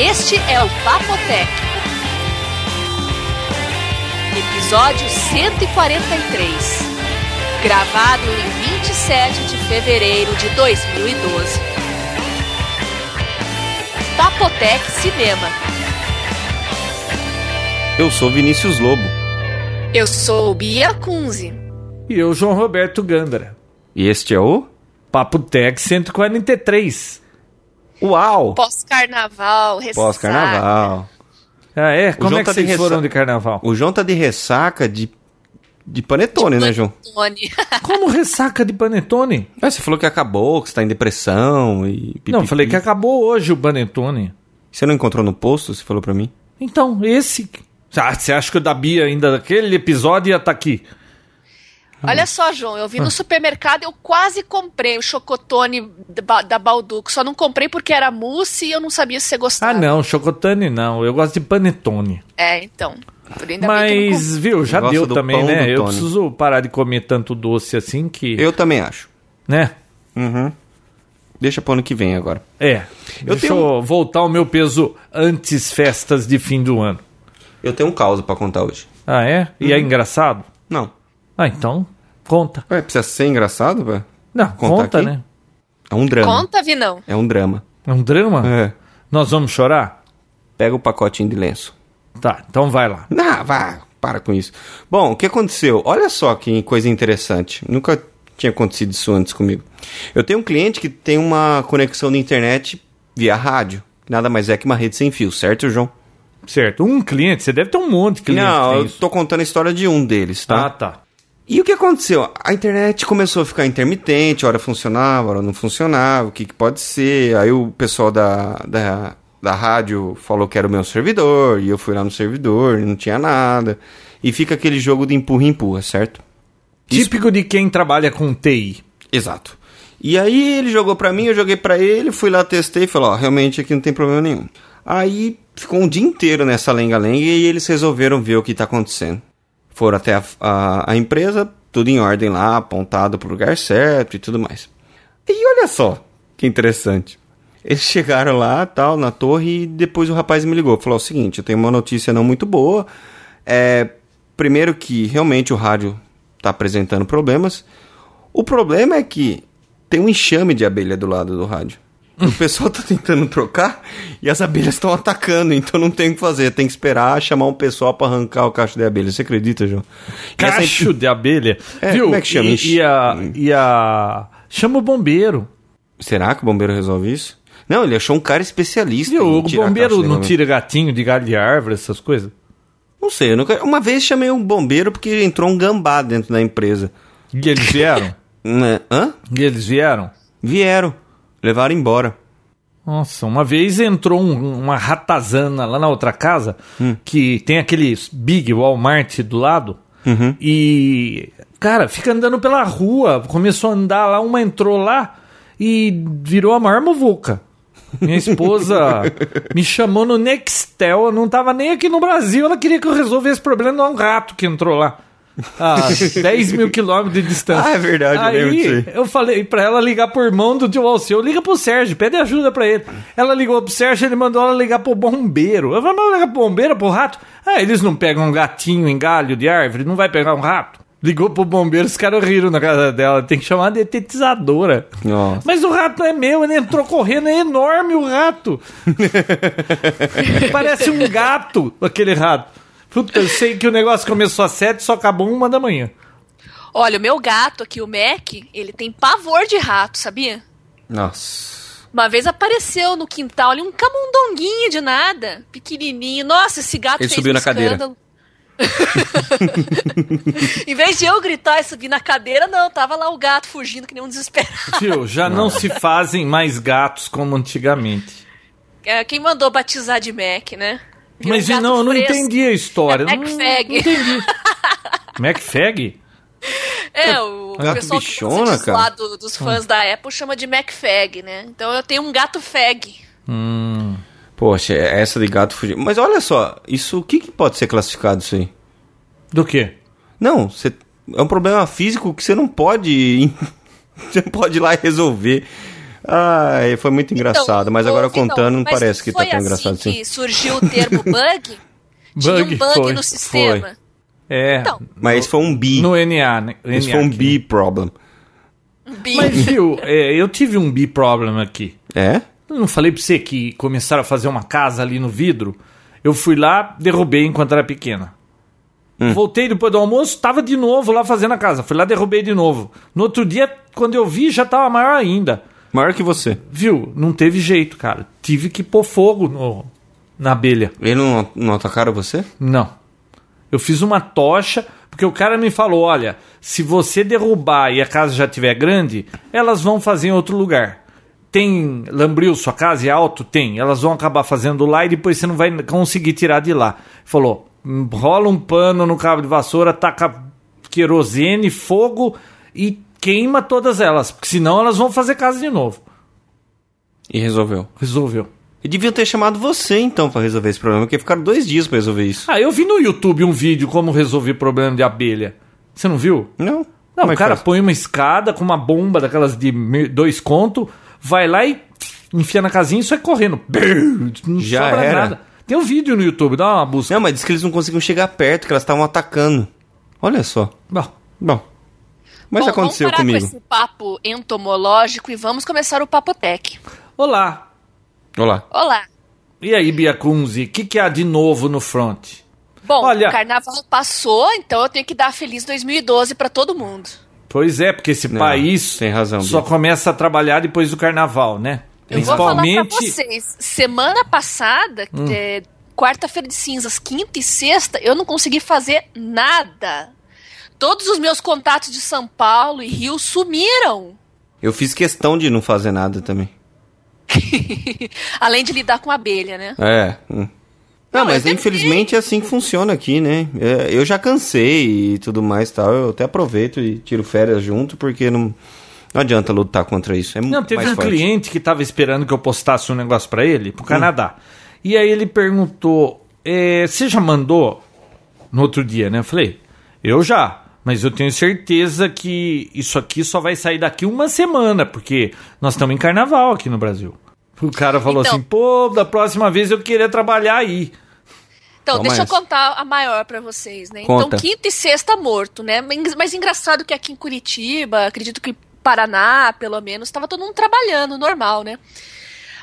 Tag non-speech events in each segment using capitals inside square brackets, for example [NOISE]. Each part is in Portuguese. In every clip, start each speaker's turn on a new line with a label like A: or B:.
A: Este é o Papotec. Episódio 143. Gravado em 27 de fevereiro de 2012. Papotec Cinema.
B: Eu sou Vinícius Lobo.
A: Eu sou Bia Kunze.
C: E eu, João Roberto Gandra.
B: E este é o
C: Papo Tech 143.
B: Uau!
A: Pós-carnaval, ressaca.
B: Pós-carnaval.
C: Ah, é? Como
B: João
C: é que
B: tá de
C: vocês
B: ressaca.
C: foram de carnaval?
B: O João tá de ressaca de, de panetone, né, João?
A: Tony. [LAUGHS]
C: Como ressaca de panetone?
B: Ah, você falou que acabou, que você tá em depressão e... pipipi.
C: Não, falei que acabou hoje o panetone.
B: Você não encontrou no posto? Você falou pra mim?
C: Então, esse... Ah, você acha que o da Bia ainda daquele episódio ia estar aqui? Ah,
A: Olha só, João, eu vi no supermercado, eu quase comprei o chocotone da Ba- da Balduco, só não comprei porque era mousse e eu não sabia se você
C: Ah,
A: gostava.
C: não, chocotane não. Eu gosto de panetone.
A: É, então. Por ainda bem que eu não
C: Mas, viu, já
B: Gosto
C: deu
B: do
C: também,
B: pão do
C: né? Eu
B: Tony.
C: preciso parar de comer tanto doce assim que...
B: Eu também acho.
C: Né?
B: Uhum. Deixa pro ano que vem agora.
C: É.
B: Eu
C: Deixa
B: tenho- um-
C: eu voltar ao meu peso antes festas de fim do ano.
B: Eu tenho um caos pra contar hoje.
C: Ah, é?
B: Uhum.
C: E é engraçado?
B: Não.
C: Ah, então, conta.
B: Ué, precisa ser engraçado, velho?
C: Não,
B: Contar
C: conta,
B: aqui?
C: né?
B: É um drama.
A: Conta, Vinão.
B: É um drama.
C: É um drama?
B: É.
C: Nós vamos chorar?
B: Pega o pacotinho de lenço.
C: Tá, então vai lá.
B: Ah, vá, para com isso. Bom, o que aconteceu? Olha só que coisa interessante. Nunca tinha acontecido isso antes comigo. Eu tenho um cliente que tem uma conexão de internet via rádio. que Nada mais é que uma rede sem fio, certo, João?
C: Certo, um cliente, você deve ter um monte de cliente. que
B: Não,
C: tem
B: eu
C: isso.
B: tô contando a história de um deles, tá?
C: Ah, tá.
B: E o que aconteceu? A internet começou a ficar intermitente, hora funcionava, hora não funcionava, o que, que pode ser? Aí o pessoal da, da, da rádio falou que era o meu servidor, e eu fui lá no servidor, e não tinha nada. E fica aquele jogo de empurra-empurra, certo? Isso-
C: Típico de quem trabalha com TI.
B: Exato. E aí ele jogou pra mim, eu joguei pra ele, fui lá, testei, falou, ó, realmente aqui não tem problema nenhum. Aí ficou um dia inteiro nessa lenga-lenga e eles resolveram ver o que tá acontecendo. Foram até a, a- a empresa, tudo em ordem lá, apontado pro lugar certo e tudo mais. E olha só, que interessante. Eles chegaram lá, tal, na torre, e depois o rapaz me ligou. Falou o seguinte, eu tenho uma notícia não muito boa. É, primeiro que realmente o rádio está apresentando problemas. O problema é que tem um enxame de abelha do lado do rádio. O pessoal tá tentando trocar e as abelhas estão atacando, então não tem o que fazer. Tem que esperar chamar um pessoal para arrancar o cacho de abelha. Você acredita, João? E essa-
C: Cacho de abelha.
B: É,
C: Viu?
B: como é que chama
C: E,
B: isso?
C: e a, e a- Chama o bombeiro.
B: Será que o bombeiro resolve isso? Não, ele achou um cara especialista.
C: Viu?
B: em
C: O
B: tirar né?
C: bombeiro
B: caixa de
C: não
B: abelha.
C: tira gatinho de galho de árvore, essas coisas?
B: Não sei, eu nunca... uma vez chamei um bombeiro porque entrou um gambá dentro da empresa.
C: E eles
B: [LAUGHS]
C: vieram?
B: Né? Hã?
C: e eles vieram?
B: Vieram, levaram embora.
C: Nossa, uma vez entrou um- uma ratazana lá na outra casa,
B: Hum.
C: que tem aquele Big Walmart do lado,
B: Uhum.
C: e, cara, fica andando pela rua, começou a andar lá, uma entrou lá e virou a maior muvuca.
B: [LAUGHS]
C: Minha esposa me chamou no Nextel, eu não tava nem aqui no Brasil, ela queria que eu resolvesse esse problema, não é um rato que entrou lá. A
B: [LAUGHS]
C: 10 mil quilômetros de distância.
B: Ah, é verdade, eu lembro disso aí.
C: Aí, [LAUGHS] eu falei pra ela ligar pro irmão do tio Alceu, liga pro Sérgio, pede ajuda pra ele. Ela ligou pro Sérgio, ele mandou ela ligar pro bombeiro. Eu falei, mas ligar pro bombeiro, pro rato? Ah, eles não pegam um gatinho em galho de árvore, não vai pegar um rato. Ligou pro bombeiro, os caras riram na casa dela. Tem que chamar a detetizadora.
B: Nossa.
C: Mas o rato é meu, ele entrou correndo, é enorme o rato. [LAUGHS] Parece um gato, aquele rato. Puta, eu sei que o negócio começou às sete, só acabou uma da manhã.
A: Olha, o meu gato aqui, o Mac, ele tem pavor de rato, sabia?
B: Nossa.
A: Uma vez apareceu no quintal ali um camundonguinho de nada, pequenininho. Nossa, esse gato
B: Ele
A: fez
B: subiu
A: um
B: na cadeira.
A: escândalo. [LAUGHS] em vez de eu gritar e subir na cadeira, não, tava lá o gato fugindo que nem um desesperado.
C: Tio, já não se fazem mais gatos como antigamente.
A: É, quem mandou batizar de Mac, né? Virou
C: Mas
A: um gato
C: não, eu não
A: fresco.
C: entendi a história.
A: É
C: não,
A: Macfag.
C: não entendi. Macfag?
A: É, o
B: Gato
A: pessoal que
B: bichona,
A: gosta de zoar
B: cara.
A: do- dos fãs da Apple chama de Mac Fag, né? Então eu tenho um gato Fag.
C: Hum,
B: Poxa, é, essa de gato fugir. Mas olha só, isso, o que, que pode ser classificado isso aí?
C: do quê?
B: Não, você- [LAUGHS] é um problema físico que você não pode. você não pode ir lá e resolver. Ai, foi muito engraçado,
A: Então,
B: mas agora
A: houve,
B: contando não
A: mas
B: parece que tá
A: foi
B: tão
A: assim
B: engraçado assim.
A: que surgiu o
B: [LAUGHS]
A: termo bug? Tinha
C: Bug,
A: um bug
C: foi,
A: no sistema.
C: É.
A: Então.
B: Mas esse foi um bi.
C: No NA, né?
B: Esse
C: NA,
B: foi um
C: que-
B: bi problem.
A: Um bug.
C: Mas, viu, é, eu tive um bi problem aqui.
B: É?
C: Eu não falei pra você que começaram a fazer uma casa ali no vidro? Eu fui lá, derrubei enquanto era pequena.
B: Hum.
C: Voltei depois do almoço, tava de novo lá fazendo a casa. Fui lá, derrubei de novo. No outro dia, quando eu vi, já tava maior ainda.
B: Maior que você.
C: Viu? Não teve jeito, cara. Tive que pôr fogo no, na abelha.
B: Ele não, não atacaram você?
C: Não. Eu fiz uma tocha, porque o cara me falou: olha, se você derrubar e a casa já tiver grande, elas vão fazer em outro lugar. Tem lambril sua casa é alto? Tem. Elas vão acabar fazendo lá e depois você não vai conseguir tirar de lá. Falou: rola um pano no cabo de vassoura, taca querosene, fogo e queima todas elas, porque senão elas vão fazer casa de novo.
B: E resolveu.
C: Resolveu.
B: Eu devia ter chamado você então pra resolver esse problema, porque ficaram dois dias pra resolver isso.
C: Ah, eu vi no YouTube um vídeo como resolver problema de abelha. Você não viu?
B: Não.
C: Não,
B: Como é
C: o
B: que
C: cara
B: faz?
C: põe uma escada com uma bomba daquelas de mi- dois conto, vai lá e enfia na casinha e sai correndo. Brrr, Não
B: Já
C: sobra
B: era.
C: nada. Tem um vídeo no YouTube, dá uma busca.
B: Não, mas diz que eles não conseguiam chegar perto, que elas estavam atacando. Olha só.
C: Bom,
B: Bom. Mas
A: Bom,
B: aconteceu
A: vamos parar
B: comigo.
A: com esse papo entomológico e vamos começar o Papotec.
C: olá.
B: Olá.
A: Olá.
C: E aí, Bia Kunze, o que, que há de novo no front?
A: Bom,
C: Olha-
A: o carnaval passou, então eu tenho que dar feliz 2012 pra todo mundo.
C: Pois é, porque esse
B: Não,
C: país
B: tem razão,
C: só
B: Bia.
C: começa a trabalhar depois do carnaval, né?
A: Eu vou falar pra vocês, semana passada, é, quarta-feira de cinzas, quinta e sexta, eu não consegui fazer nada. Todos os meus contatos de São Paulo e Rio sumiram. [LAUGHS]
B: Eu fiz questão de não fazer nada também.
A: Além de lidar com abelha, né?
B: É. hum. Não,
A: Não, eu
B: mas
A: tentei.
B: infelizmente é assim que funciona aqui, né? É, eu já cansei e tudo mais e tal. Eu até aproveito e tiro férias junto, porque não, não adianta lutar contra isso. É
C: Não, teve
B: mais
C: um
B: forte. Hum.
C: cliente que estava esperando que eu postasse um negócio para ele, pro Canadá. E aí ele perguntou: é, Você já mandou no outro dia, né? Eu falei: Eu já, mas eu tenho certeza que isso aqui só vai sair daqui uma semana, porque nós estamos em carnaval aqui no Brasil. O cara falou
A: Então-
C: assim: Pô, da próxima vez eu queria trabalhar aí.
A: Então,
B: Toma
A: deixa
B: essa.
A: eu contar a maior pra vocês, né?
B: Conta.
A: Então, quinta e sexta morto, né? Mas- Mas engraçado que aqui em Curitiba, acredito que Paraná, pelo menos, tava todo mundo trabalhando, normal, né?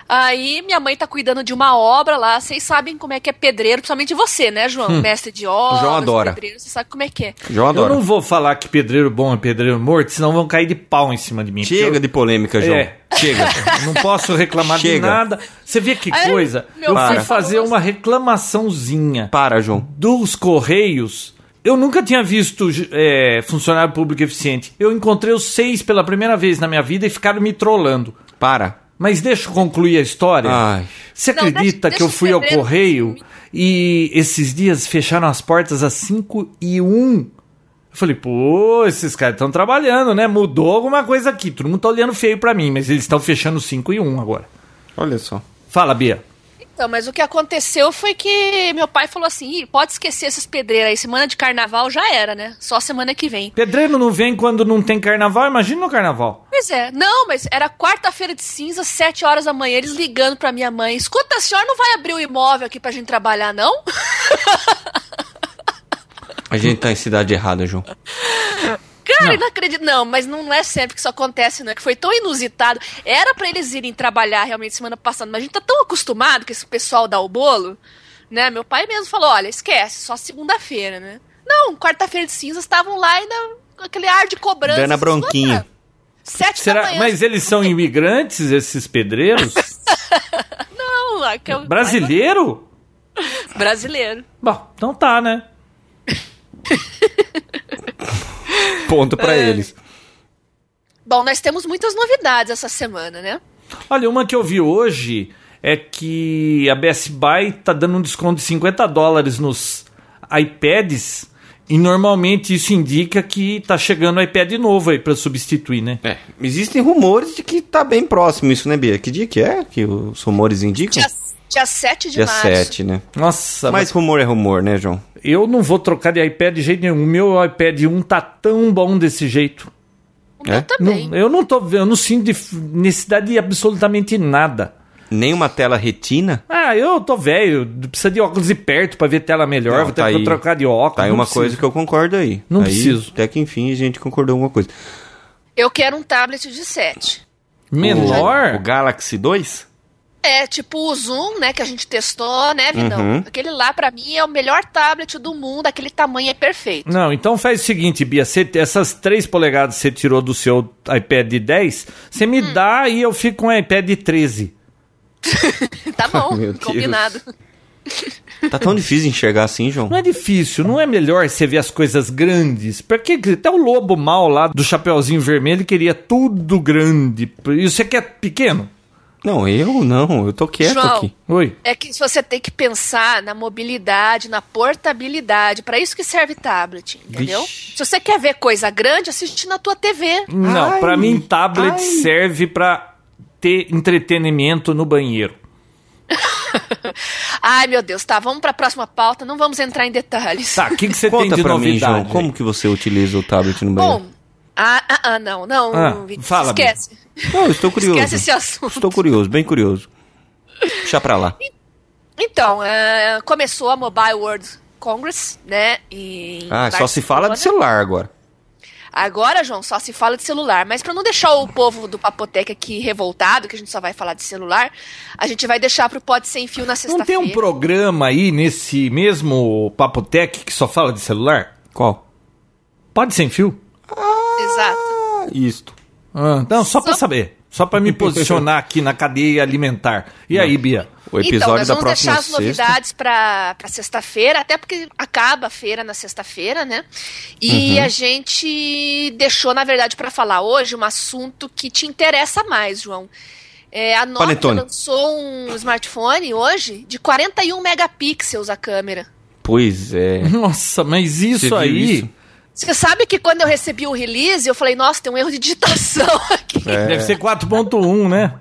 A: Aí minha mãe tá cuidando de uma obra lá, vocês sabem como é que é pedreiro, principalmente você, né, João? Mestre de obras,
B: Hum. João adora.
A: pedreiro, você sabe como é que é.
B: João
C: Eu
B: adora.
C: não vou falar que pedreiro bom é pedreiro morto, senão vão cair de pau em cima de mim. porque
B: Chega de polêmica, João.
C: É.
B: Chega.
C: Não posso reclamar de
B: Chega.
C: nada. Você vê que
A: Ai,
C: coisa?
A: meu
C: Eu
A: pai
C: fui
B: falou
C: fazer
A: assim.
C: uma reclamaçãozinha
B: Para, João.
C: dos Correios. Eu nunca tinha visto é, funcionário público eficiente. Eu encontrei os seis pela primeira vez na minha vida e ficaram me trolando.
B: Para.
C: Mas deixa eu concluir a história.
B: Ai.
C: Você
A: Não,
C: acredita
A: deixa-
C: que eu
A: deixa o
C: fui ao
A: pedreiro-
C: correio e esses dias fecharam as portas às 5 e 1? Eu falei, pô, esses caras estão trabalhando, né? Mudou alguma coisa aqui. Todo mundo tá olhando feio pra mim, mas eles estão fechando 5 e 1 agora.
B: Olha só.
C: Fala, Bia.
A: Então, mas o que aconteceu foi que meu pai falou assim: Ih, pode esquecer esses pedreiros aí, semana de carnaval já era, né? Só semana que vem.
C: Pedreiro não vem quando não tem carnaval? Imagina no carnaval.
A: Pois é, não, mas era quarta-feira de cinza, sete horas da manhã, eles ligando pra minha mãe. Escuta, a senhora não vai abrir o imóvel aqui pra gente trabalhar, não? [LAUGHS]
B: A gente tá em cidade errada, João.
A: Cara, não. não acredito. Não, mas não é sempre que isso acontece, né? Que foi tão inusitado. Era pra eles irem trabalhar realmente semana passada, mas a gente tá tão acostumado que esse pessoal dá o bolo, né? Meu pai mesmo falou: olha, esquece, só segunda-feira, né? Não, quarta-feira de cinzas estavam lá ainda com aquele ar de cobrança.
B: Dando a bronquinha.
A: Sete da
C: Será?
A: manhã.
C: Mas eles são imigrantes,
A: [LAUGHS]
C: esses pedreiros?
A: Não, é que eu-
C: Brasileiro?
A: Brasileiro.
C: Bom, então tá, né?
B: Ponto pra
A: É.
B: eles.
A: Bom, nós temos muitas novidades essa semana, né?
C: Olha, uma que eu vi hoje é que a Best Buy tá dando um desconto de 50 dólares nos iPads e normalmente isso indica que tá chegando o iPad novo aí pra substituir, né?
B: É. Existem rumores de que tá bem próximo isso, né, Bia? Que dia que é que os rumores indicam?
A: Dia, dia 7 de
B: Dia
A: março.
B: 7, né? Mas
C: Nossa, Tá, mas
B: rumor é rumor, né, João?
C: um eu não vou trocar de iPad de jeito nenhum. O meu iPad 1 tá tão bom desse jeito.
A: O
B: né?
A: meu também.
C: Não- eu não tô vendo, eu não sinto dif- necessidade de absolutamente nada.
B: Nem uma tela retina?
C: Ah, eu tô velho, precisa de óculos de perto pra ver tela melhor,
B: Não,
C: vou ter
B: tá
C: que
B: aí.
C: trocar de óculos.
B: Tá aí
C: não
B: uma
C: preciso.
B: coisa que eu concordo aí.
C: Não
B: Aí,
C: preciso.
B: Até que enfim a gente concordou em alguma coisa.
A: Eu quero um tablet de 7.
B: O, o
C: menor.
B: Galaxy 2?
A: É, tipo o Zoom, né, que a gente testou, né, Vidão?
B: Uhum.
A: Aquele lá, pra mim, é o melhor tablet do mundo, aquele tamanho é perfeito.
C: Não, então faz o seguinte, Bia, você- essas 3 polegadas que você tirou do seu iPad 10, você me
B: Hum.
C: dá e eu fico com um iPad 13.
A: Tá bom,
B: [LAUGHS] Meu Deus.
A: combinado.
B: Tá tão difícil enxergar assim, João.
C: Não é difícil, não é melhor você ver as coisas grandes. Porque até o lobo mal lá do Chapeuzinho Vermelho queria tudo grande. E você quer pequeno?
B: Não, eu não. Eu tô quieto
A: João.
B: aqui.
C: Oi.
A: É que você tem que pensar na mobilidade, na portabilidade, pra isso que serve tablet, entendeu?
B: Vixe.
A: Se você quer ver coisa grande, assiste na tua TV.
C: Não,
B: Ai,
C: pra mim tablet
B: ai.
C: serve pra ter entretenimento no banheiro.
A: [LAUGHS] Ai, meu Deus, tá, vamos pra próxima pauta, não vamos entrar em detalhes.
C: Tá, o que, que você tem
B: Conta
C: de
B: pra mim,
C: novidade?
B: João, como que você utiliza o tablet no banheiro?
A: Bom, ah, ah, ah, não, não,
C: Ah,
A: Vitor,
C: fala,
A: esquece.
B: não, eu estou curioso.
A: Esquece esse assunto.
B: Estou curioso, bem curioso. Deixa pra lá.
A: Então, é, começou a Mobile World Congress, né? em
B: Ah, só se fala de
A: Barcelona.
B: celular agora.
A: Agora, João, só se fala de celular. Mas para não deixar o povo do Papoteca aqui revoltado, que a gente só vai falar de celular, a gente vai deixar pro Pode Sem Fio na
C: Não tem
A: sexta-feira.
C: um programa aí nesse mesmo Papo Tech que só fala de celular?
B: Qual?
C: Pode sem fio?
A: Exato.
B: Ah, isto.
C: Ah, não, só, pra
A: Só-
C: saber. Só pra [LAUGHS] me posicionar aqui na cadeia alimentar. E aí, Bia?
B: O
A: então,
B: episódio
A: nós
B: da
A: vamos
B: próxima
A: deixar as
B: sexta.
A: novidades para sexta-feira, até porque acaba a feira na sexta-feira, né? E
B: Uhum.
A: a gente deixou, na verdade, para falar hoje um assunto que te interessa mais, João. É, a Nokia
B: Panetone.
A: lançou um smartphone hoje de 41 megapixels a câmera.
B: Pois é.
C: Nossa, mas
B: Você
C: isso
B: viu
C: aí
B: isso?
A: Você sabe que quando eu recebi o release, eu falei, nossa, tem um erro de digitação [LAUGHS] aqui.
C: É. deve ser 4.1, né?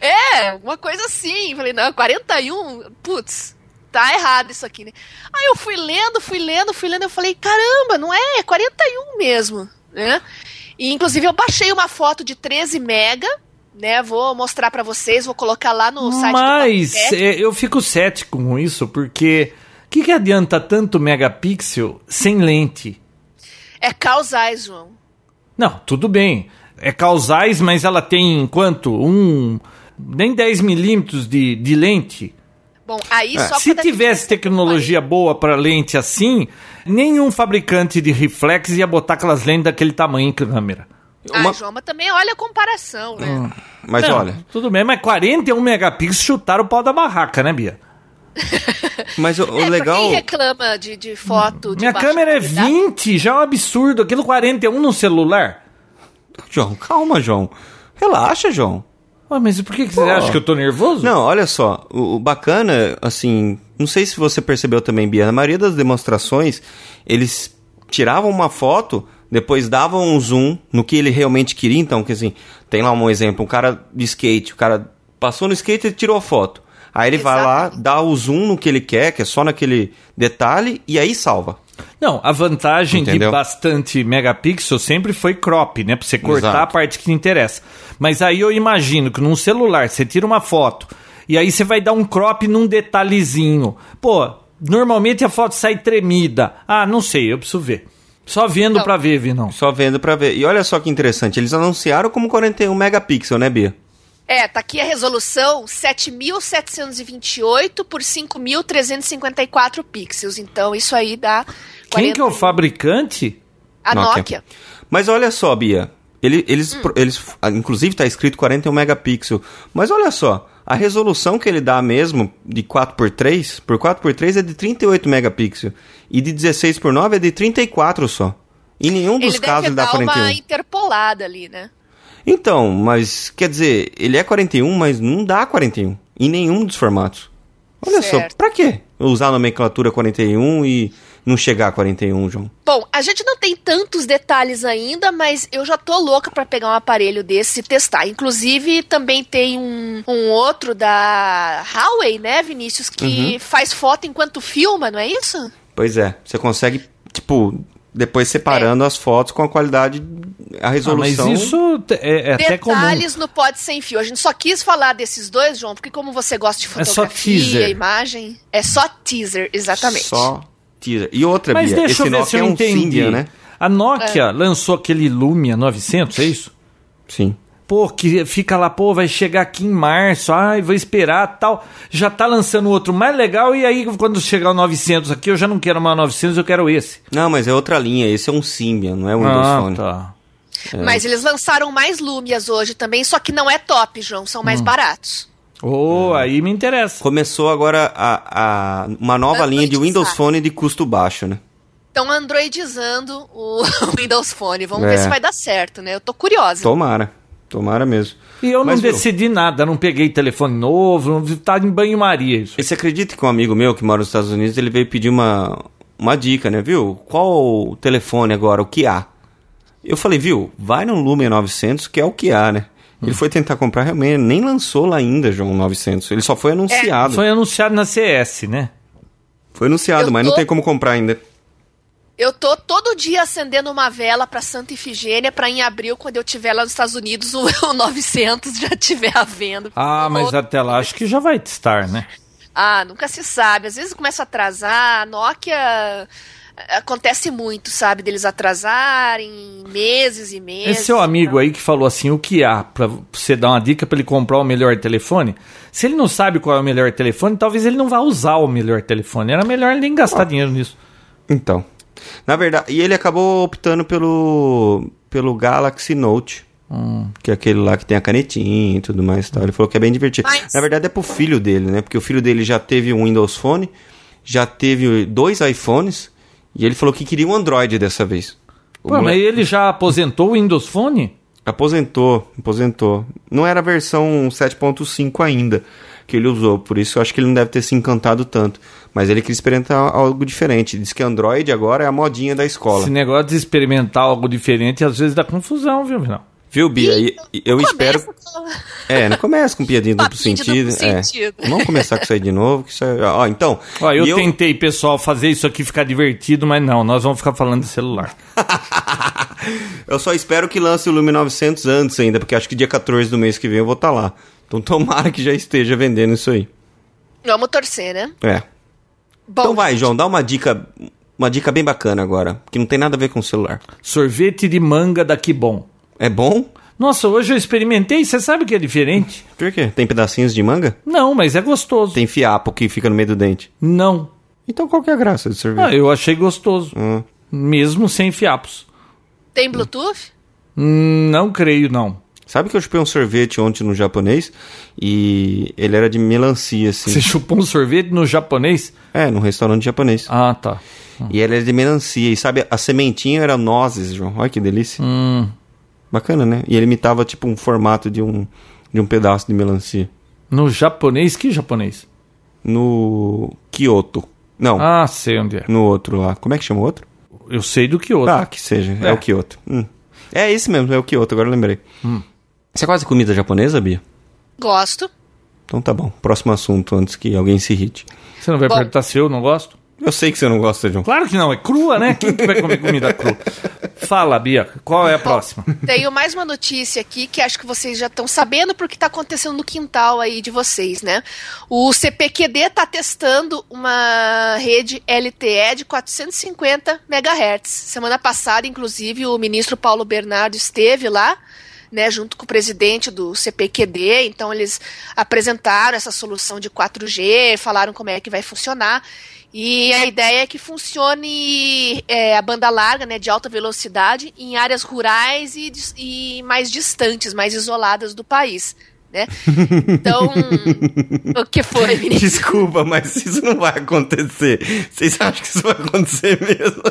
A: É, uma coisa assim. Eu Falei, não, 41, putz, tá errado isso aqui, né? Aí eu fui lendo, fui lendo, fui lendo, eu falei, caramba, não é, é 41 mesmo, né? E, inclusive, eu baixei uma foto de 13 mega, né? Vou mostrar pra vocês, vou colocar lá no site
C: Mas
A: do Papotec.
C: é, eu fico cético com isso, porque o que, que adianta tanto megapixel sem lente?
A: É causais, João.
C: Não, tudo bem. É causais, mas ela tem quanto? Um. Nem 10 milímetros de, de lente.
A: Bom, aí
B: É,
A: só
C: Se
A: quando a gente-
C: tivesse tecnologia boa para lente assim, nenhum fabricante de reflex ia botar aquelas lentes daquele tamanho em câmera.
A: Ah,
B: Uma-
A: João, mas também olha a comparação, né?
C: Hum.
B: Mas
C: Não,
B: olha,
C: Tudo bem, mas 41 megapixels chutaram o pau da barraca, né, Bia?
B: mas o, o
A: É, pra
B: legal.
A: Quem reclama de, de foto de
C: Minha
A: baixa
C: câmera é
A: qualidade?
C: 20, já é um absurdo. Aquilo 41 no celular.
B: João, calma, João. Relaxa, João.
C: Ué, mas por que, que você acha que eu tô nervoso?
B: Não, olha só, o, o bacana, assim, não sei se você percebeu também, Bia, na maioria das demonstrações, eles tiravam uma foto, depois davam um zoom no que ele realmente queria, então, que assim, tem lá um exemplo, um cara de skate, o cara passou no skate e tirou a foto. Aí ele vai lá,
A: Exatamente.
B: dá o zoom no que ele quer, que é só naquele detalhe, e aí salva.
C: Não, a vantagem
B: Entendeu?
C: de bastante megapixel sempre foi crop, né? Pra você cortar
B: Exato.
C: a parte que te interessa. Mas aí eu imagino que num celular você tira uma foto e aí você vai dar um crop num detalhezinho. Pô, normalmente a foto sai tremida. Ah, não sei, eu preciso ver. Só vendo
A: Não.
C: pra ver, Vinão.
B: Só vendo pra ver. E olha só que interessante, eles anunciaram como 41 megapixel, né, Bia?
A: É, tá aqui a resolução 7.728 por 5.354 pixels. Então, isso aí dá.
C: Quem que é
A: 41.
C: o fabricante?
A: A
B: Nokia.
A: Nokia.
B: Mas olha só, Bia. Ele- eles,
A: Hum.
B: pro- eles, ah, inclusive está escrito 41 megapixel. Mas olha só, a resolução que ele dá mesmo de 4x3, por 4x3 é de 38 megapixels. E de 16 por 9 é de 34 só. Em nenhum Um dos
A: Ele
B: casos
A: deve
B: ele dá
A: dar
B: 41.
A: uma interpolada ali, né?
B: Então, mas quer dizer, ele é 41, mas não dá 41. Em nenhum dos formatos. Olha só,
A: Certo.
B: pra quê? Usar a nomenclatura 41 e não chegar a 41, João.
A: Bom, a gente não tem tantos detalhes ainda, mas eu já tô louca pra pegar um aparelho desse e testar. Inclusive, também tem um, um outro da Huawei, né,
B: Uhum.
A: Vinícius, que faz foto enquanto filma, não é isso?
B: Pois é, você consegue, tipo, depois separando as fotos com a qualidade, a
C: Ah, mas
B: resolução.
C: isso te- é, é até comum.
A: Detalhes no Pode Sem Fio. A gente só quis falar desses dois, João, porque como você gosta de
C: É só
A: fotografia,
C: teaser.
A: imagem, é só teaser, exatamente.
B: Só teaser. E outra,
C: Mas
B: Bia,
C: deixa
B: esse
C: eu ver
B: Nokia
C: se eu
B: é um
C: entendi.
B: Symbian, né?
C: A Nokia
A: É.
C: lançou aquele Lumia 900, é isso?
B: Sim.
C: Pô, que fica lá, pô, vai chegar aqui em março, ai, vou esperar tal. Já tá lançando outro mais legal e aí quando chegar o 900 aqui, eu já não quero mais o 900, eu quero esse.
B: Não, mas é outra linha. Esse é um Symbian, não é um Windows
C: Ah,
B: Phone.
C: tá.
A: Mas eles lançaram mais Lumias hoje também, só que não é top, João, são
C: Hum.
A: mais baratos.
C: Ô, aí me interessa.
B: Começou agora a, a- uma nova
A: Android
B: linha de Windows
A: Sat.
B: Phone de custo baixo, né?
A: Estão androidizando o [LAUGHS] Windows Phone. Vamos
B: É.
A: ver se vai dar certo, né? Eu tô curiosa.
B: Tomara. Tomara mesmo.
C: E eu
B: Mas,
C: não
B: viu,
C: decidi nada, não peguei telefone novo, não- tá em banho-maria isso.
B: E você acredita que um amigo meu que mora nos Estados Unidos, ele veio pedir uma, uma dica, né? Viu? Qual o telefone agora, o que há? Eu falei, viu? Vai no Lumia 900, que é o que há, né?
A: Hum.
B: Ele foi tentar comprar, realmente, nem lançou lá ainda, João, 900. Ele só
A: É.
B: foi anunciado.
C: Foi anunciado na CS, né?
B: Foi anunciado,
A: Eu
B: mas
A: tô-
B: não tem como comprar ainda.
A: Eu tô todo dia acendendo uma vela pra Santa Ifigênia pra em abril, quando eu tiver lá nos Estados Unidos, [LAUGHS] o, o 900 já tiver à venda.
C: Ah, mas
A: Outro-
C: até lá acho que já vai estar, né?
A: Ah, nunca se sabe. Às vezes começa a atrasar. A Nokia eh, acontece muito, sabe? Deles atrasarem meses e meses.
C: Esse É seu amigo
A: então.
C: aí que falou assim, o que há pra você dar uma dica pra ele comprar o melhor telefone? Se ele não sabe qual é o melhor telefone, talvez ele não vá usar o melhor telefone. Era melhor ele nem
B: Ah.
C: gastar dinheiro nisso.
B: Então. Na verdade, e ele acabou optando pelo pelo Galaxy Note.
C: Hum.
B: Que é aquele lá que tem a canetinha e tudo mais e tal. Ele falou que é bem divertido.
A: Mas-
B: Na verdade é pro filho dele, né? Porque o filho dele já teve um Windows Phone, já teve dois iPhones, e ele falou que queria um Android dessa vez. O
C: Pô, mas
B: moleque
C: ele já aposentou o Windows Phone?
B: Aposentou, aposentou. Não era a versão 7.5 ainda que ele usou, por isso eu acho que ele não deve ter se encantado tanto. Mas ele queria experimentar algo diferente. Diz que Android agora é a modinha da escola.
C: Esse negócio de experimentar algo diferente às vezes dá confusão, viu, Vinal?
B: Viu, Bia? E- e eu
A: Começa
B: espero.
A: com-
B: É, não começa com
A: [LAUGHS]
B: piadinha do duplo
A: Papinho de
B: sentido.
A: duplo
B: é.
A: sentido.
B: Vamos começar com isso aí de novo. Que isso aí... Ó, então.
C: Ó, eu,
B: e
C: tentei, pessoal, fazer isso aqui ficar divertido, mas não, nós vamos ficar falando de celular.
B: eu só espero que lance o Lume 900 antes ainda, porque acho que dia 14 do mês que vem eu vou estar lá. Então tomara que já esteja vendendo isso aí.
A: Vamos torcer, né?
B: É.
A: Bom,
B: Então vai, João, dá uma dica. Uma dica bem bacana agora, que não tem nada a ver com o celular.
C: Sorvete de manga da Kibon.
B: É bom?
C: Nossa, hoje eu experimentei, você sabe que é diferente?
B: Por quê? Tem pedacinhos de manga?
C: Não, mas é gostoso.
B: Tem fiapo que fica no meio do dente.
C: Não.
B: Então qual que é a graça de Hum. sorvete?
C: Ah, eu achei gostoso. Mesmo sem fiapos.
A: Tem Bluetooth?
C: Hum, Não creio, não.
B: Sabe que eu chupei um sorvete ontem no japonês e ele era de melancia, assim.
C: Você chupou um sorvete no japonês?
B: É, num restaurante japonês.
C: Ah, tá.
B: E ela era de melancia. E sabe, a sementinha era nozes, João. Olha que
C: Hum.
B: delícia. Bacana, né? E ele imitava tipo um formato de um, de um pedaço de melancia.
C: No japonês? Que japonês?
B: No Kyoto. Não,
C: Ah, sei onde é.
B: no outro lá. Como é que chama o outro?
C: Eu sei do que outro.
B: Ah, que seja. É,
C: É.
B: o Kyoto. Hum. É esse mesmo, é o Kyoto, agora eu lembrei.
C: Hum.
B: Você gosta de comida japonesa, Bia?
A: Gosto.
B: Então tá bom. Próximo assunto, antes que alguém se irrite.
C: Você não vai
A: Bom.
C: perguntar se eu não gosto?
B: Eu sei que você não gosta, João.
C: Claro que não, é crua, né? Quem que vai comer comida crua? Fala, Bia, qual é a próxima?
A: Tenho mais uma notícia aqui que acho que vocês já estão sabendo porque está acontecendo no quintal aí de vocês, né? O CPQD está tá testando uma rede LTE de 450 MHz. Semana passada, inclusive, o ministro Paulo Bernardo esteve lá, né, junto com o presidente do CPQD. Então, eles apresentaram essa solução de 4G, falaram como é que vai funcionar. E a ideia é que funcione é, a banda larga, né, de alta velocidade, em áreas rurais e, dis- e mais distantes, mais isoladas do país, né? Então, o que foi, menino?
B: [LAUGHS] Desculpa, mas isso não vai acontecer. Vocês acham que isso vai acontecer mesmo?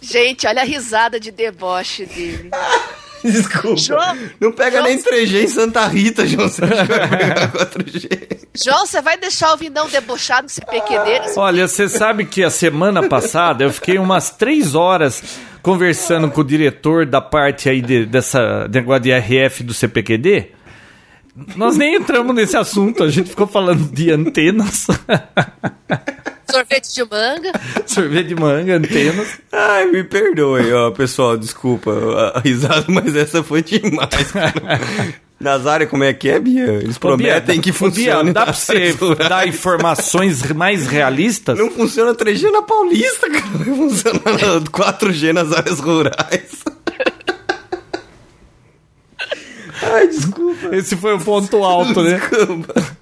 A: Gente, olha a risada de deboche dele.
B: [LAUGHS] Desculpa.
A: João-
B: não pega
A: João-
B: nem 3G em Santa Rita, João. Você acha que vai
C: [LAUGHS]
B: pegar 4G.
A: João, você vai deixar o Vindão debochado no CPQD?
C: Olha, você sabe que a semana passada eu fiquei umas três horas conversando com o diretor da parte aí de, dessa negócio de RF do CPQD. [LAUGHS] Nós nem entramos nesse assunto, a gente ficou falando de antenas.
A: Sorvete de manga.
C: Sorvete de manga, antenas.
B: Ai, me perdoe, ó, pessoal, desculpa a- a risada, mas essa foi
C: [LAUGHS]
B: demais, cara. Nazário, como é que é, Bia? Eles
C: Ô, Bia,
B: prometem que
C: dá- ô, Bia,
B: funciona.
C: Dá pra [LAUGHS] você dar informações mais realistas?
B: Não funciona 3G na Paulista, cara. Funciona 4G nas áreas
C: [LAUGHS]
B: rurais. Ai, desculpa.
C: Esse foi o ponto alto, né?
B: Desculpa.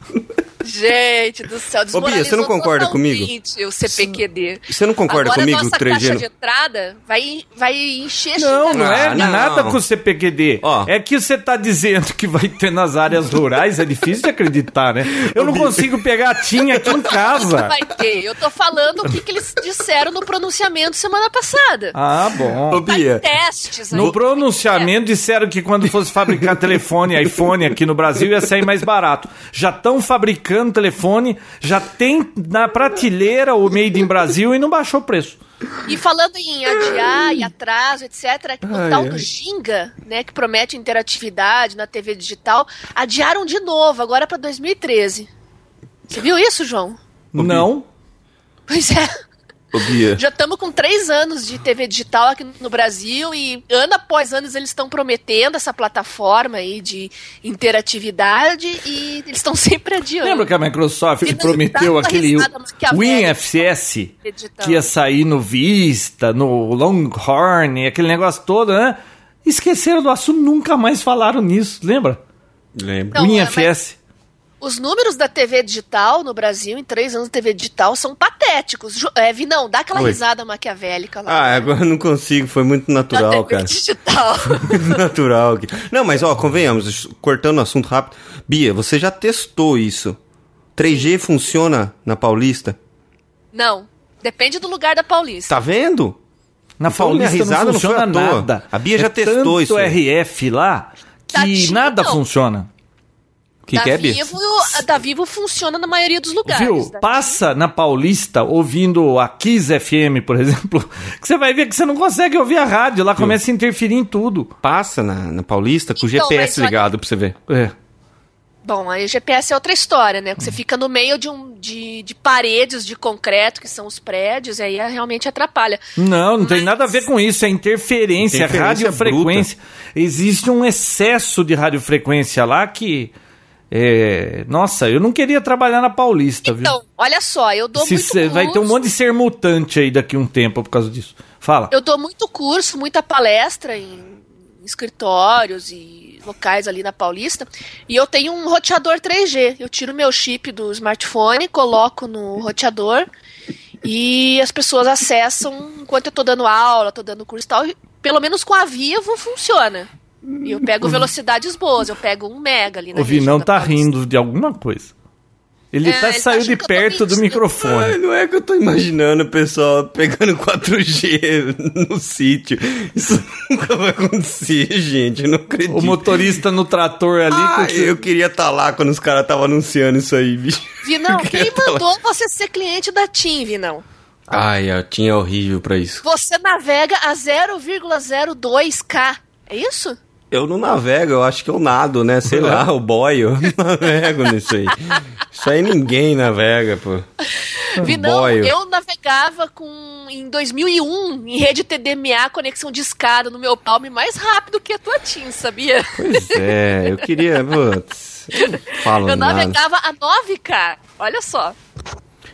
A: Gente do céu,
B: Ô, Bia, você não
A: desmoralizou
B: concorda
A: totalmente O CPQD.
B: Você não concorda
A: Agora
B: comigo,
A: a nossa
B: 3G?
A: caixa
B: não-
A: de entrada vai, vai encher
C: Não, não é
B: Ah, não.
C: nada com o CPQD.
B: Ó.
C: É que você tá dizendo que vai ter nas áreas rurais, é difícil de acreditar, né? Eu não consigo pegar a tinha aqui em casa.
A: Vai ter. Eu tô falando o que, que eles disseram no pronunciamento semana passada.
C: Ah,
B: Ô,
C: bom.
A: tá
B: Bia,
A: Testes aí.
C: No pronunciamento disseram que quando fosse fabricar telefone, iPhone aqui no Brasil ia sair mais barato. Já estão fabricando telefone, já tem na prateleira o Made in Brasil e não baixou o preço.
A: E falando em adiar e atraso, etc., o
B: Ai,
A: tal
B: ai.
A: do Ginga, né, que promete interatividade na TV digital, adiaram de novo, agora pra 2013. Você viu isso, João?
C: Não.
A: Pois é.
B: ô, Bia.
A: Já estamos com três anos de TV digital aqui no Brasil e ano após ano eles estão prometendo essa plataforma aí de interatividade e eles estão [LAUGHS] sempre adiando.
C: Lembra que a Microsoft
A: E não
C: prometeu
A: dá uma
C: aquele
A: risada maquiavélica.
C: WinFS
A: Acreditando.
C: que ia sair no Vista, no Longhorn, aquele negócio todo, né? Esqueceram do assunto, nunca mais falaram nisso, lembra?
B: Lembra?
A: Não, é,
C: WinFS.
A: Os números da TV digital no Brasil, em três anos de TV digital, são patéticos. Ju- É, Vinão, dá aquela
B: Oi.
A: risada maquiavélica lá.
B: Ah, agora eu não consigo, foi muito
A: Da
B: natural,
A: TV
B: cara.
A: digital.
B: [LAUGHS] natural aqui. Não, mas ó, convenhamos, cortando o assunto rápido. Bia, você já testou isso? 3G funciona na Paulista?
A: Não. Depende do lugar da Paulista.
B: Tá vendo?
C: Na
B: Então, minha
C: Paulista
B: risada não
C: não funciona
B: foi à toa.
C: nada.
B: A Bia já
C: É
B: testou
C: tanto
B: isso aí.
C: RF lá que
A: Tá tinha,
C: nada
A: não.
C: funciona.
B: O que,
A: da,
B: que é, Bia?
A: Tá Vivo, a da Vivo funciona na maioria dos lugares. né?
C: Viu?
A: Da-
C: Passa na Paulista ouvindo a Kiss FM, por [LAUGHS] exemplo, que você vai ver que você não consegue ouvir a rádio, lá começa a interferir em tudo.
B: Passa na, na Paulista com o
A: Então,
B: GPS
A: mas olha-
B: ligado pra você ver.
C: É.
A: Bom, aí o GPS é outra história, né? Porque Você fica no meio de, um, de, de paredes de concreto, que são os prédios, e aí é- realmente atrapalha.
C: Não, não tem
A: Mas-
C: nada a ver com isso. É interferência, é
B: Interferência
C: radiofrequência. Existe um excesso de radiofrequência lá que. é, Nossa, eu não queria trabalhar na Paulista,
A: Então, olha só, eu dou
C: viu? Se
A: muito
C: cê- vai ter um
A: curso-
C: monte de ser mutante aí daqui a um tempo por causa disso. Fala.
A: Eu dou muito curso, muita palestra em escritórios e locais ali na Paulista. E eu tenho um roteador 3G. Eu tiro meu chip do smartphone, coloco no roteador e as pessoas acessam enquanto eu tô dando aula, tô dando curso e tal. e Pelo menos com a Vivo funciona. E eu
C: Uhum.
A: pego velocidades boas, eu pego um mega ali na
C: o Vinão
A: região da
C: tá
A: Paulista.
C: rindo de alguma coisa. Ele
A: É,
C: tá,
A: ele tá
C: saiu
A: achando
C: de
A: que eu tô
C: perto do
A: mentindo.
C: microfone.
B: Ai, não é que eu tô imaginando o pessoal pegando 4G [LAUGHS] no sítio. Isso [LAUGHS] nunca vai acontecer, gente. Eu não acredito.
C: O motorista no trator ali.
B: Ah,
C: com-
B: eu queria estar lá quando os caras estavam anunciando isso aí, bicho.
C: [LAUGHS]
A: Vinão, quem
B: tá lá.
A: mandou você ser cliente da TIM, Vinão?
B: Ai, eu tinha horrível pra isso.
A: Você navega a 0,02K. É isso?
B: Eu não navego, eu acho que eu nado, né? Sei
C: [LAUGHS]
B: lá, o boy, eu não navego nisso aí. Isso aí ninguém navega, pô.
C: Um
A: Vi, não,
B: Boy.
A: eu navegava com em 2001 em rede TDMA, conexão de escada no meu palme mais rápido que a tua TIM, sabia?
B: Pois é, eu queria. Putz, eu não falo
A: Eu
B: nada.
A: navegava a 9K. Olha só.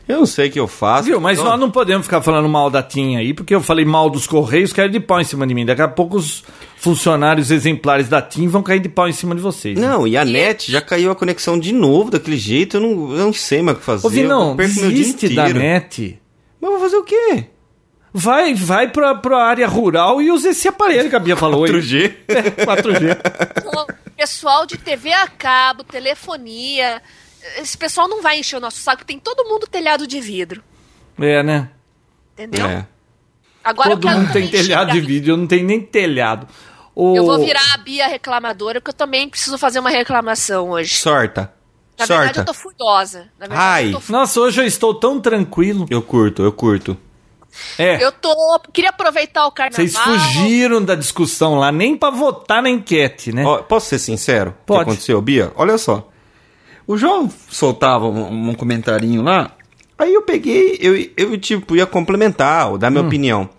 B: Eu não sei o que eu faço.
C: Viu, mas
B: eu-
C: nós não podemos ficar falando mal da TIM aí, porque eu falei mal dos Correios, caíram de pau em cima de mim. Daqui a pouco os funcionários exemplares da TIM vão cair de pau em cima de vocês. né?
B: Não, e a net já caiu a conexão de novo daquele jeito. Eu não, eu não sei mais o que fazer.
C: Ô, Vinão,
B: eu perco meu dia
C: desiste da
B: inteiro.
C: net.
B: Mas eu vou fazer o quê?
C: Vai, vai pra, pra área rural e usa esse aparelho que a Bia falou aí.
B: 4G?
C: É, 4G.
A: Então, pessoal de TV a cabo, telefonia, esse pessoal não vai encher o nosso saco, tem todo mundo telhado de vidro,
C: É, né?
A: entendeu?
B: É.
A: Agora
C: Todo mundo tem
A: também
C: telhado de
A: chegar-
C: vídeo, eu não tenho nem telhado. Ô,
A: Eu vou virar a Bia reclamadora, porque eu também preciso fazer uma reclamação hoje.
B: Sorta.
A: Na verdade,
B: Sorta.
A: eu tô furiosa. Na verdade,
B: Ai.
A: eu tô
C: Nossa, hoje eu estou tão tranquilo.
B: eu curto, eu curto.
C: É,
A: Eu tô. Queria aproveitar o carnaval.
C: vocês fugiram da discussão lá, nem pra votar na enquete, né?
B: Ó, posso ser sincero? O
C: Pode.
B: que aconteceu, Bia? Olha só. O João soltava um, um comentarinho lá Aí eu peguei, eu, eu tipo, ia complementar, ou dar
C: Hum.
B: minha opinião.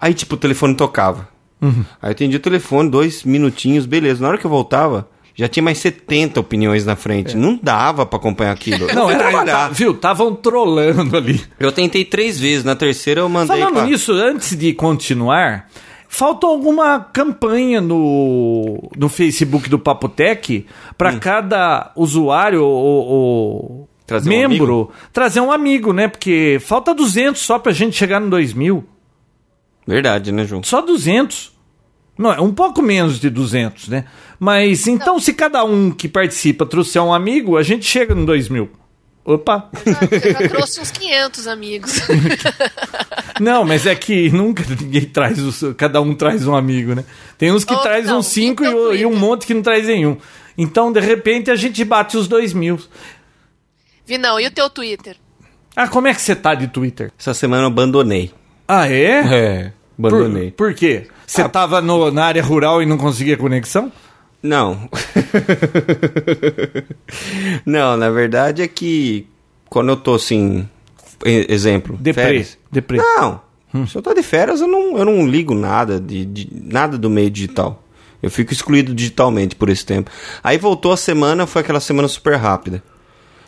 B: Aí, tipo, o telefone tocava.
C: Uhum.
B: Aí eu atendi o telefone, dois minutinhos, beleza. Na hora que eu voltava, já tinha mais 70 opiniões na frente. Não dava pra acompanhar
C: [LAUGHS]
B: aquilo. Eu
C: É. Não,
B: fui
C: era,
B: trabalhar.
C: tá- viu? Estavam trolando ali.
B: Eu tentei três vezes, na terceira eu mandei.
C: Falando
B: pra-
C: nisso, antes de continuar, faltou alguma campanha no, no Facebook do Papotec para
B: Hum.
C: cada usuário ou, ou
B: Trazer um
C: membro trazer um amigo, né? Porque falta 200 só pra gente chegar no 2000.
B: Verdade, né, João?
C: Só 200. Não, é um pouco menos de 200, né? Mas então, se cada um que participa trouxer um amigo, a gente chega no 2000. Opa!
A: Eu já trouxe uns 500
C: [LAUGHS]
A: amigos.
C: Não, mas é que nunca ninguém traz o seu, cada um traz um amigo, né? Tem uns que
A: Ou
C: traz
A: não,
C: uns cinco e,
A: então
C: o- e um
A: liga.
C: monte que não traz nenhum. Então, de repente, a gente bate os dois mil.
A: Vi não, e o teu Twitter?
C: Ah, como é que você tá de Twitter?
B: Essa semana eu abandonei.
C: Ah, é?
B: É,
C: Por-
B: abandonei. Ah.
C: Por, quê? Você tava no- na área rural e não conseguia conexão?
B: Não. não, na verdade é que quando eu tô assim, e- exemplo,
C: Deprê,
B: férias. Ah.
C: deprê.
B: Não. Se eu tô de férias, eu não, eu não ligo nada de, de- nada do meio digital. Eu fico excluído digitalmente por esse tempo. Aí voltou a semana, foi aquela semana super rápida.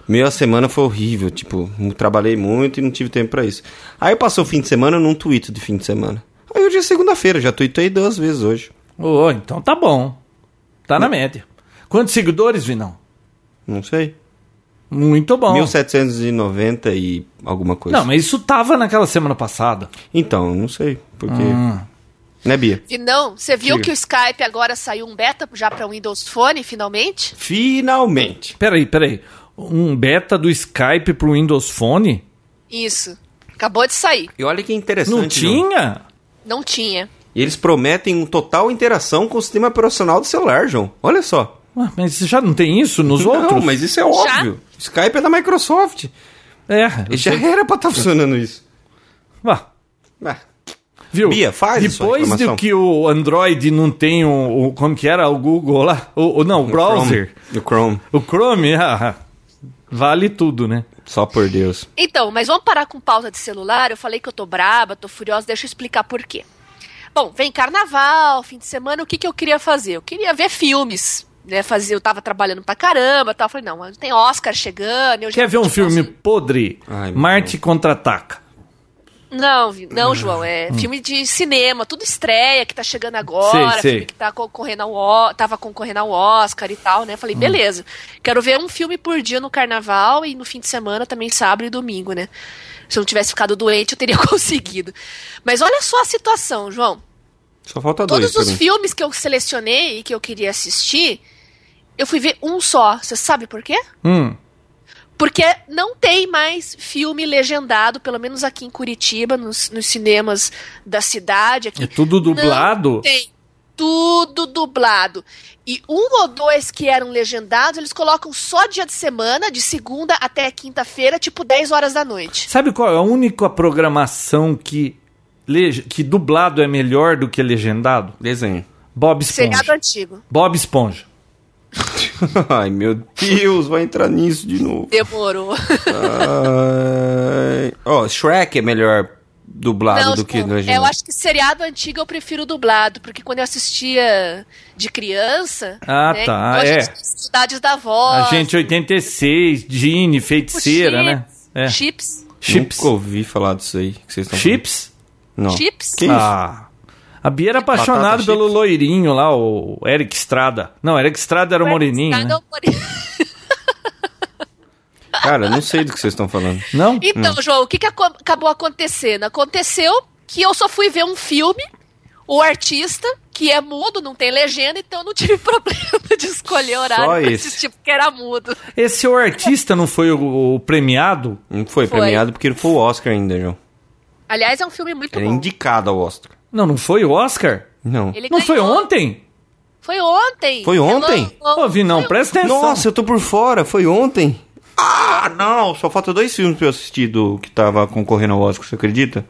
B: Meio a semana foi horrível, tipo, eu trabalhei muito e não tive tempo pra isso. Aí passou o fim de semana, eu não tweeto de fim de semana. Aí hoje é segunda-feira, já tuitei duas vezes hoje.
C: Ô, então tá bom. Tá na média. Quantos seguidores, Vinão?
B: Não sei.
C: Muito bom.
B: 1790 e alguma coisa.
C: Não, mas isso tava naquela semana passada.
B: Então, não sei, porque... Né, Bia?
A: Vi não, você viu
B: Diga.
A: que o Skype agora saiu um beta já pra Windows Phone, finalmente?
B: Finalmente!
C: Peraí, peraí. Um beta do Skype pro Windows Phone?
A: Isso. Acabou de sair.
B: E olha que interessante.
C: Não
B: João.
C: tinha?
A: Não tinha.
B: E eles prometem um total interação com o sistema operacional do celular, João. Olha só.
C: Ué, Ah, mas já não tem isso nos
B: Não,
C: outros?
B: mas isso é óbvio. Skype é da Microsoft.
C: É.
B: E já era pra estar funcionando isso.
C: Ah,
B: Ah,
C: viu?
B: Bia, faz a sua
C: Depois
B: reclamação.
C: do que o Android não tem o, o- Como que era? O Google lá? O, o- não, o browser.
B: Chrome. O Chrome.
C: O Chrome, ah, ah, vale tudo, né?
B: Só por Deus.
A: Então, mas vamos parar com pauta de celular. Eu falei que eu tô braba, tô furiosa, deixa eu explicar por quê. Bom, vem carnaval, fim de semana, o que, que eu queria fazer? Eu queria ver filmes. Né, fazer, eu tava trabalhando pra caramba, tal. Eu falei, não, mas tem Oscar chegando. eu já
C: Quer ver um
A: posso-
C: filme podre?
B: Ai, meu
C: Marte contra-ataca.
A: Não, Vi- não, João, é
B: Hum.
A: filme de cinema, tudo estreia que tá chegando agora,
C: Sei, sei.
A: filme que tá concorrendo ao, O- tava concorrendo ao Oscar e tal, né?
B: Hum.
A: Falei, beleza. Quero ver um filme por dia no carnaval e no fim de semana também sábado e domingo, né? Se eu não tivesse ficado doente, eu teria [LAUGHS] conseguido. Mas olha só a situação, João.
B: Só falta dois
A: Todos
B: pra
A: os
B: mim.
A: filmes que eu selecionei e que eu queria assistir, eu fui ver um só. Você sabe por quê?
C: Hum.
A: Porque não tem mais filme legendado, pelo menos aqui em Curitiba, nos, nos cinemas da cidade. Aqui.
C: É tudo dublado?
A: Não tem. Tudo dublado. E um ou dois que eram legendados, eles colocam só dia de semana, de segunda até quinta-feira, tipo 10 horas da noite.
C: Sabe qual é a única programação que, lege- que dublado é melhor do que legendado?
B: Desenho. [LAUGHS]
C: Bob
A: Seriado
C: Esponja.
A: antigo.
C: Bob Esponja.
B: Ai, meu Deus, vai entrar nisso de novo.
A: Demorou.
B: Ai. Ó, Shrek é melhor
A: [LAUGHS]
B: dublado
A: Não,
B: do que
A: tipo,
C: né,
B: no
A: eu acho que seriado antigo eu prefiro dublado, porque quando eu assistia de criança,
C: Ah,
A: né, então
C: tá, é.
A: a gente tem saudades da voz.
C: A gente 86, Gene,
A: tipo,
C: feiticeira, né?
A: chips,
C: É.
A: Chips.
C: Chips.
B: Nunca ouvi falar disso aí que vocês estão
C: Chips?
B: falando. Não.
A: Chips?
B: Que isso?
C: Ah. A Bia era apaixonada
B: Batata
C: pelo
B: chips.
C: loirinho lá, o Eric Estrada. Não, Eric Estrada era o moreninho, né?
A: Cada um
B: [LAUGHS]
A: more-
B: Cara, eu não sei do que vocês estão falando.
C: Não?
A: Então,
B: Hum.
A: João, o que, que aco- acabou acontecendo? Aconteceu que eu só fui ver um filme, o artista, que é mudo, não tem legenda, então eu não tive [LAUGHS] problema de escolher horário
B: Só
A: pra
B: esse.
A: assistir, porque era mudo.
C: Esse o artista não foi o, o premiado?
B: Não foi,
A: Foi.
B: premiado porque ele foi o Oscar ainda, João.
A: Aliás, é um filme muito
B: Ele é
A: bom.
B: indicado ao Oscar.
C: Não, não foi o Oscar?
B: Não.
A: Ele
C: não foi
A: ganhou-
C: ontem?
A: Foi ontem. um
B: Foi ontem?
A: Hello.
C: Ô, Vi, não, presta atenção.
B: Nossa, eu tô por fora, foi ontem. Ah, não, só falta dois filmes pra eu assistir do que tava concorrendo ao Oscar, você acredita?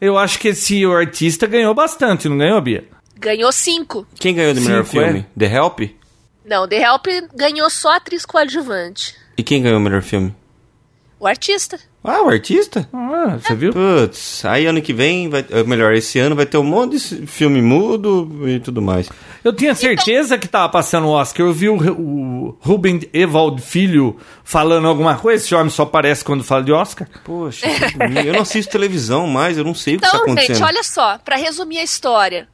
C: Eu acho que esse o artista ganhou bastante, não ganhou, Bia?
A: Ganhou cinco.
B: Quem ganhou de melhor
C: Cinco, é?
B: filme? The Help?
A: Não, The Help ganhou só atriz coadjuvante.
B: E quem ganhou o melhor filme?
A: O artista.
B: Ah, o artista?
C: Ah,
A: É
C: você viu?
B: Putz, aí ano que vem, vai, eh, melhor, esse ano vai ter um monte de ci- filme mudo e tudo mais.
C: Eu tinha certeza que tava passando o Oscar. Eu vi o, o Ruben Evald Filho falando alguma coisa. Esse homem só aparece quando fala de Oscar.
B: Poxa, que
A: [LAUGHS]
B: ruim. eu não assisto televisão mais, eu não sei o que está
A: Então,
B: acontecendo.
A: gente, olha só, pra resumir a história.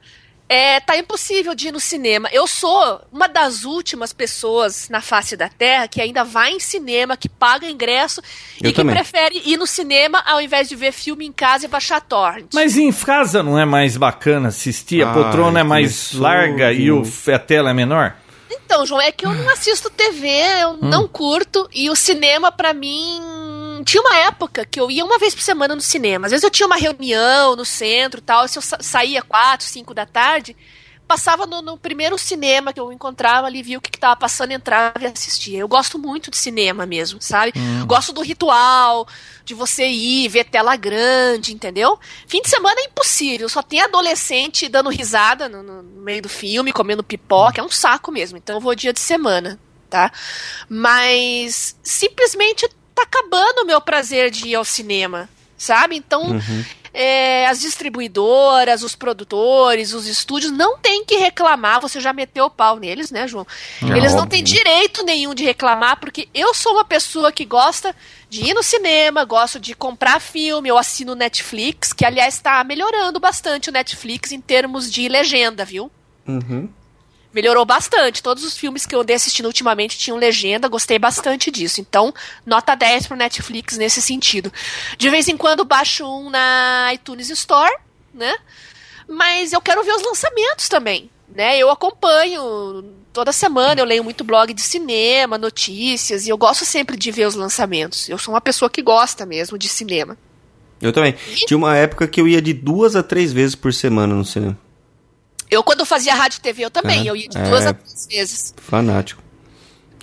A: É, tá impossível de ir no cinema. Eu sou uma das últimas pessoas na face da Terra que ainda vai em cinema, que paga ingresso
B: Eu
A: e que
B: também.
A: prefere ir no cinema ao invés de ver filme em casa e baixar torrent.
C: Mas em casa não é mais bacana assistir? A
B: Ai,
C: poltrona é mais
B: começou,
C: larga e o, a tela é menor?
A: Então, João, é que eu não assisto TV, eu não curto, e o cinema, pra mim. Tinha uma época que eu ia uma vez por semana no cinema. Às vezes eu tinha uma reunião no centro e tal, se eu sa- saía quatro, cinco da tarde, passava no, no primeiro cinema que eu encontrava ali, via o que, que tava passando, entrava e assistia. Eu gosto muito de cinema mesmo, sabe? Gosto do ritual, de você ir, ver tela grande, entendeu? Fim de semana é impossível, só tem adolescente dando risada no, no- no meio do filme, comendo pipoca, é um saco mesmo. Então eu vou dia de semana, tá? Mas simplesmente tá acabando o meu prazer de ir ao cinema, sabe? Então. é, as distribuidoras, os produtores, os estúdios não tem que reclamar. Você já meteu o pau neles, né, João?
B: É,
A: Eles não
B: óbvio,
A: têm
B: né?
A: direito nenhum de reclamar, porque eu sou uma pessoa que gosta de ir no cinema, gosto de comprar filme, eu assino Netflix, que aliás está melhorando bastante o Netflix em termos de legenda, viu?
B: Uhum.
A: Melhorou bastante. Todos os filmes que eu andei assistindo ultimamente tinham legenda, gostei bastante disso. Então, nota 10 pro Netflix nesse sentido. De vez em quando baixo um na iTunes Store, né? Mas eu quero ver os lançamentos também, né? Eu acompanho toda semana, eu leio muito blog de cinema, notícias, e eu gosto sempre de ver os lançamentos. Eu sou uma pessoa que gosta mesmo de cinema.
B: Eu também. Tinha uma época que eu ia de duas a três vezes por semana no cinema.
A: Eu, quando eu fazia rádio e TV, eu também.
B: É,
A: eu ia de duas
B: é.
A: a três vezes.
B: Fanático.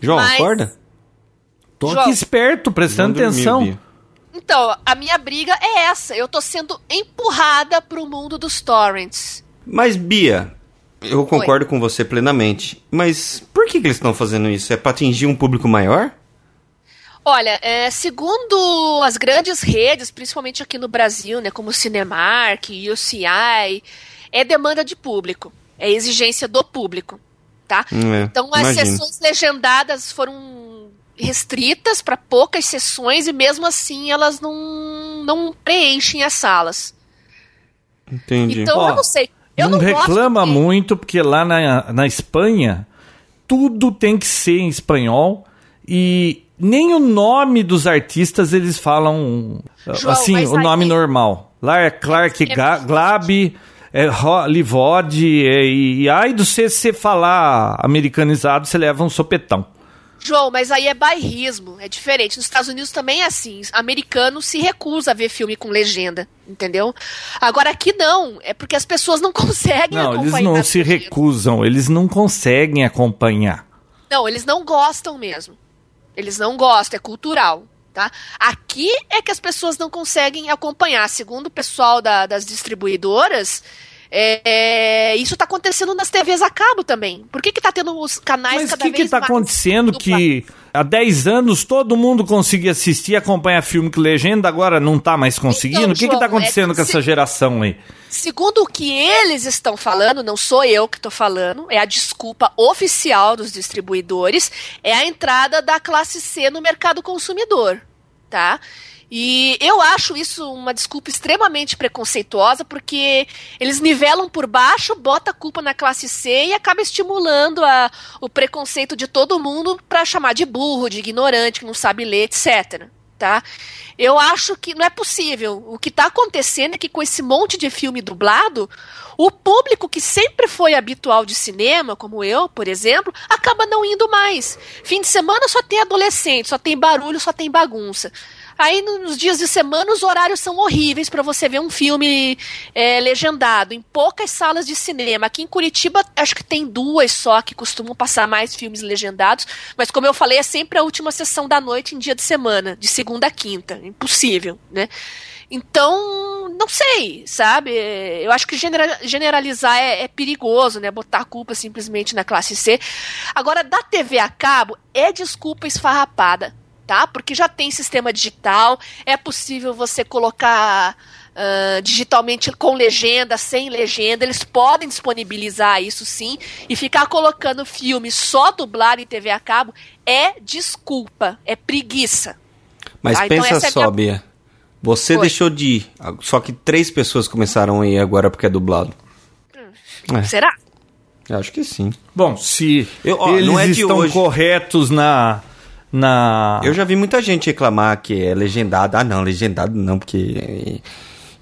B: João,
A: Mas-
B: acorda?
C: Tô
A: João.
C: aqui esperto, prestando
B: Não dormiu,
C: atenção.
B: Bia.
A: Então, a minha briga é essa. Eu tô sendo empurrada pro mundo dos torrents.
B: Mas, Bia, eu concordo com você plenamente. Mas por que, que eles estão fazendo isso? É pra atingir um público maior?
A: Olha, é, segundo as grandes redes, principalmente aqui no Brasil, né, como Cinemark, UCI, é demanda de público, é exigência do público, tá?
B: Hum, é,
A: Então as
B: imagino.
A: sessões legendadas foram restritas para poucas sessões e mesmo assim elas não, não preenchem as salas.
B: Entendi.
A: Então
C: Ó,
A: eu não sei. Eu
C: não,
A: não, gosto
C: reclama
A: de-
C: muito, porque lá na, na Espanha, tudo tem que ser em espanhol e nem o nome dos artistas eles falam
A: João,
C: assim,
A: mas
C: o nome
A: aí-
C: normal. Lá é Clark
A: É-
C: Ga- Glab, é Hollywood, é, e, e ai do se você falar americanizado, você leva um sopetão.
A: João, mas aí é bairrismo, é diferente. Nos Estados Unidos também é assim. Americano se recusa a ver filme com legenda, entendeu? Agora aqui não, é porque as pessoas não [LAUGHS] conseguem
C: Não,
A: acompanhar.
C: eles não
A: as
C: se
A: legendas.
C: recusam, eles não conseguem acompanhar.
A: Não, eles não gostam mesmo. Eles não gostam, é cultural. Tá? Aqui é que as pessoas não conseguem acompanhar. Segundo o pessoal da- das distribuidoras, é, é, isso está acontecendo nas TVs a cabo também. Por que está tendo os canais
C: Mas o
A: cada
C: que
A: vez
C: está
A: mais
C: acontecendo
A: dupla?
C: que há 10 anos todo mundo conseguia assistir, acompanhar filme com legenda, agora não tá mais conseguindo?
A: Então,
C: o que está
A: João,
C: acontecendo
A: é
C: com
A: que
C: essa
A: se-
C: geração aí?
A: Segundo o que eles estão falando, não sou eu que estou falando, é a desculpa oficial dos distribuidores, é a entrada da classe C no mercado consumidor, tá? E eu acho isso uma desculpa extremamente preconceituosa, porque eles nivelam por baixo, bota a culpa na classe C e acaba estimulando a- o preconceito de todo mundo para chamar de burro, de ignorante, que não sabe ler, etc. Tá? Eu acho que não é possível. O que está acontecendo é que com esse monte de filme dublado, o público que sempre foi habitual de cinema, como eu, por exemplo, acaba não indo mais. Fim de semana só tem adolescente, só tem barulho, só tem bagunça. Aí no- nos dias de semana os horários são horríveis para você ver um filme é, legendado em poucas salas de cinema. Aqui em Curitiba acho que tem duas só que costumam passar mais filmes legendados, mas como eu falei é sempre a última sessão da noite em dia de semana, de segunda a quinta, impossível, né? Então não sei, sabe? É, Eu acho que genera- generalizar é, é perigoso, né? Botar a culpa simplesmente na classe C. Agora da TV a cabo é desculpa esfarrapada tá? tá? Porque já tem sistema digital, é possível você colocar Uh, digitalmente com legenda, sem legenda, eles podem disponibilizar isso sim, e ficar colocando filme só dublado em TV a cabo é desculpa, é preguiça.
B: Mas tá? pensa então, só, é minha... Bia, você Foi. deixou de ir, ah, só que três pessoas começaram a ir agora porque é dublado.
A: Hum, é. Será?
B: Eu acho que sim.
C: Bom, se Eu, ó, eles é estão hoje. corretos na na
B: Eu já vi muita gente reclamar que é legendado. Ah, não, legendado não, porque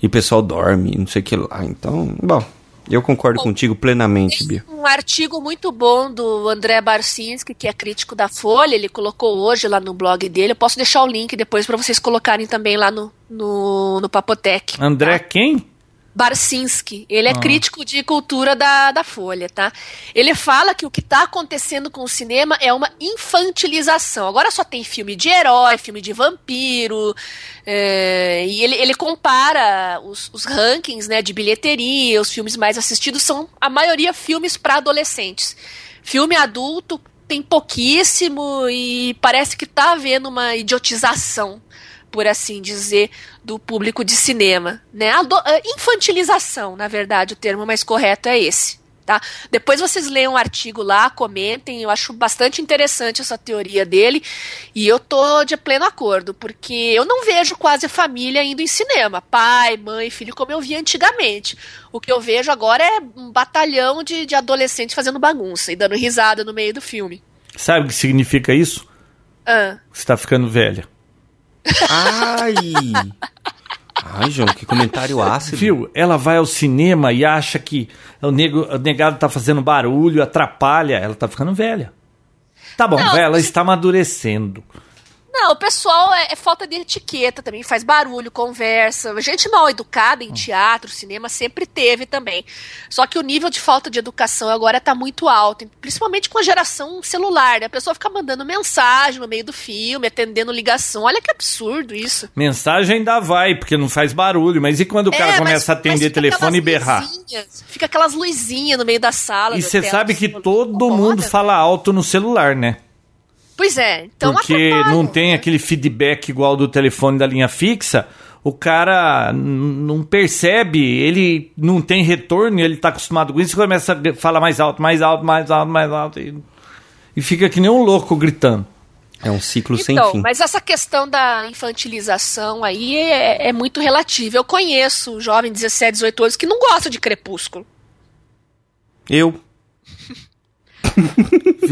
B: e o pessoal dorme, não sei o que lá. Então, bom, eu concordo bom, contigo plenamente, Bia.
A: Um artigo muito bom do André Barcinski, que é crítico da Folha, ele colocou hoje lá no blog dele. Eu posso deixar o link depois para vocês colocarem também lá no, no, no Papotec.
C: André tá? quem?
A: Barcinski, ele é ah. crítico de cultura da, da Folha, tá? Ele fala que o que está acontecendo com o cinema é uma infantilização. Agora só tem filme de herói, filme de vampiro, é, e ele, ele compara os, os rankings né, de bilheteria, os filmes mais assistidos são, a maioria, filmes para adolescentes. Filme adulto tem pouquíssimo e parece que está havendo uma idiotização por assim dizer, do público de cinema. Né? A infantilização, na verdade, o termo mais correto é esse. Tá? Depois vocês leiam o um artigo lá, comentem, eu acho bastante interessante essa teoria dele, e eu tô de pleno acordo, porque eu não vejo quase a família indo em cinema, pai, mãe, filho, como eu via antigamente. O que eu vejo agora é um batalhão de, de adolescentes fazendo bagunça e dando risada no meio do filme.
C: Sabe o que significa isso?
A: Ah.
C: Você tá ficando velha.
B: Ai! Ai, João, que comentário ácido.
C: Viu? Ela vai ao cinema e acha que o, nego, o negado tá fazendo barulho, atrapalha. Ela tá ficando velha. Tá bom, Não, ela está amadurecendo.
A: Não, o pessoal é, é, falta de etiqueta também, faz barulho, conversa. Gente mal educada
C: Hum.
A: em teatro, cinema sempre teve também. Só que o nível de falta de educação agora está muito alto, principalmente com a geração celular, né? A pessoa fica mandando mensagem no meio do filme, atendendo ligação. Olha que absurdo isso.
C: Mensagem ainda vai, porque não faz barulho, mas e quando o cara é, começa mas, a atender telefone e berrar?
A: Luzinhas, fica aquelas luzinhas no meio da sala.
C: E você sabe que todo concorda? mundo fala alto no celular, né?
A: Pois é, então
C: Porque não tem aquele feedback igual do telefone da linha fixa, o cara não percebe, ele não tem retorno, ele tá acostumado com isso, começa a falar mais alto, mais alto, mais alto, mais alto. E, e fica que nem um louco gritando.
B: É um ciclo
A: então,
B: sem fim. Então,
A: mas essa questão da infantilização aí é, é muito relativa. Eu conheço um jovem de 17, 18 anos que não gosta de crepúsculo.
B: Eu.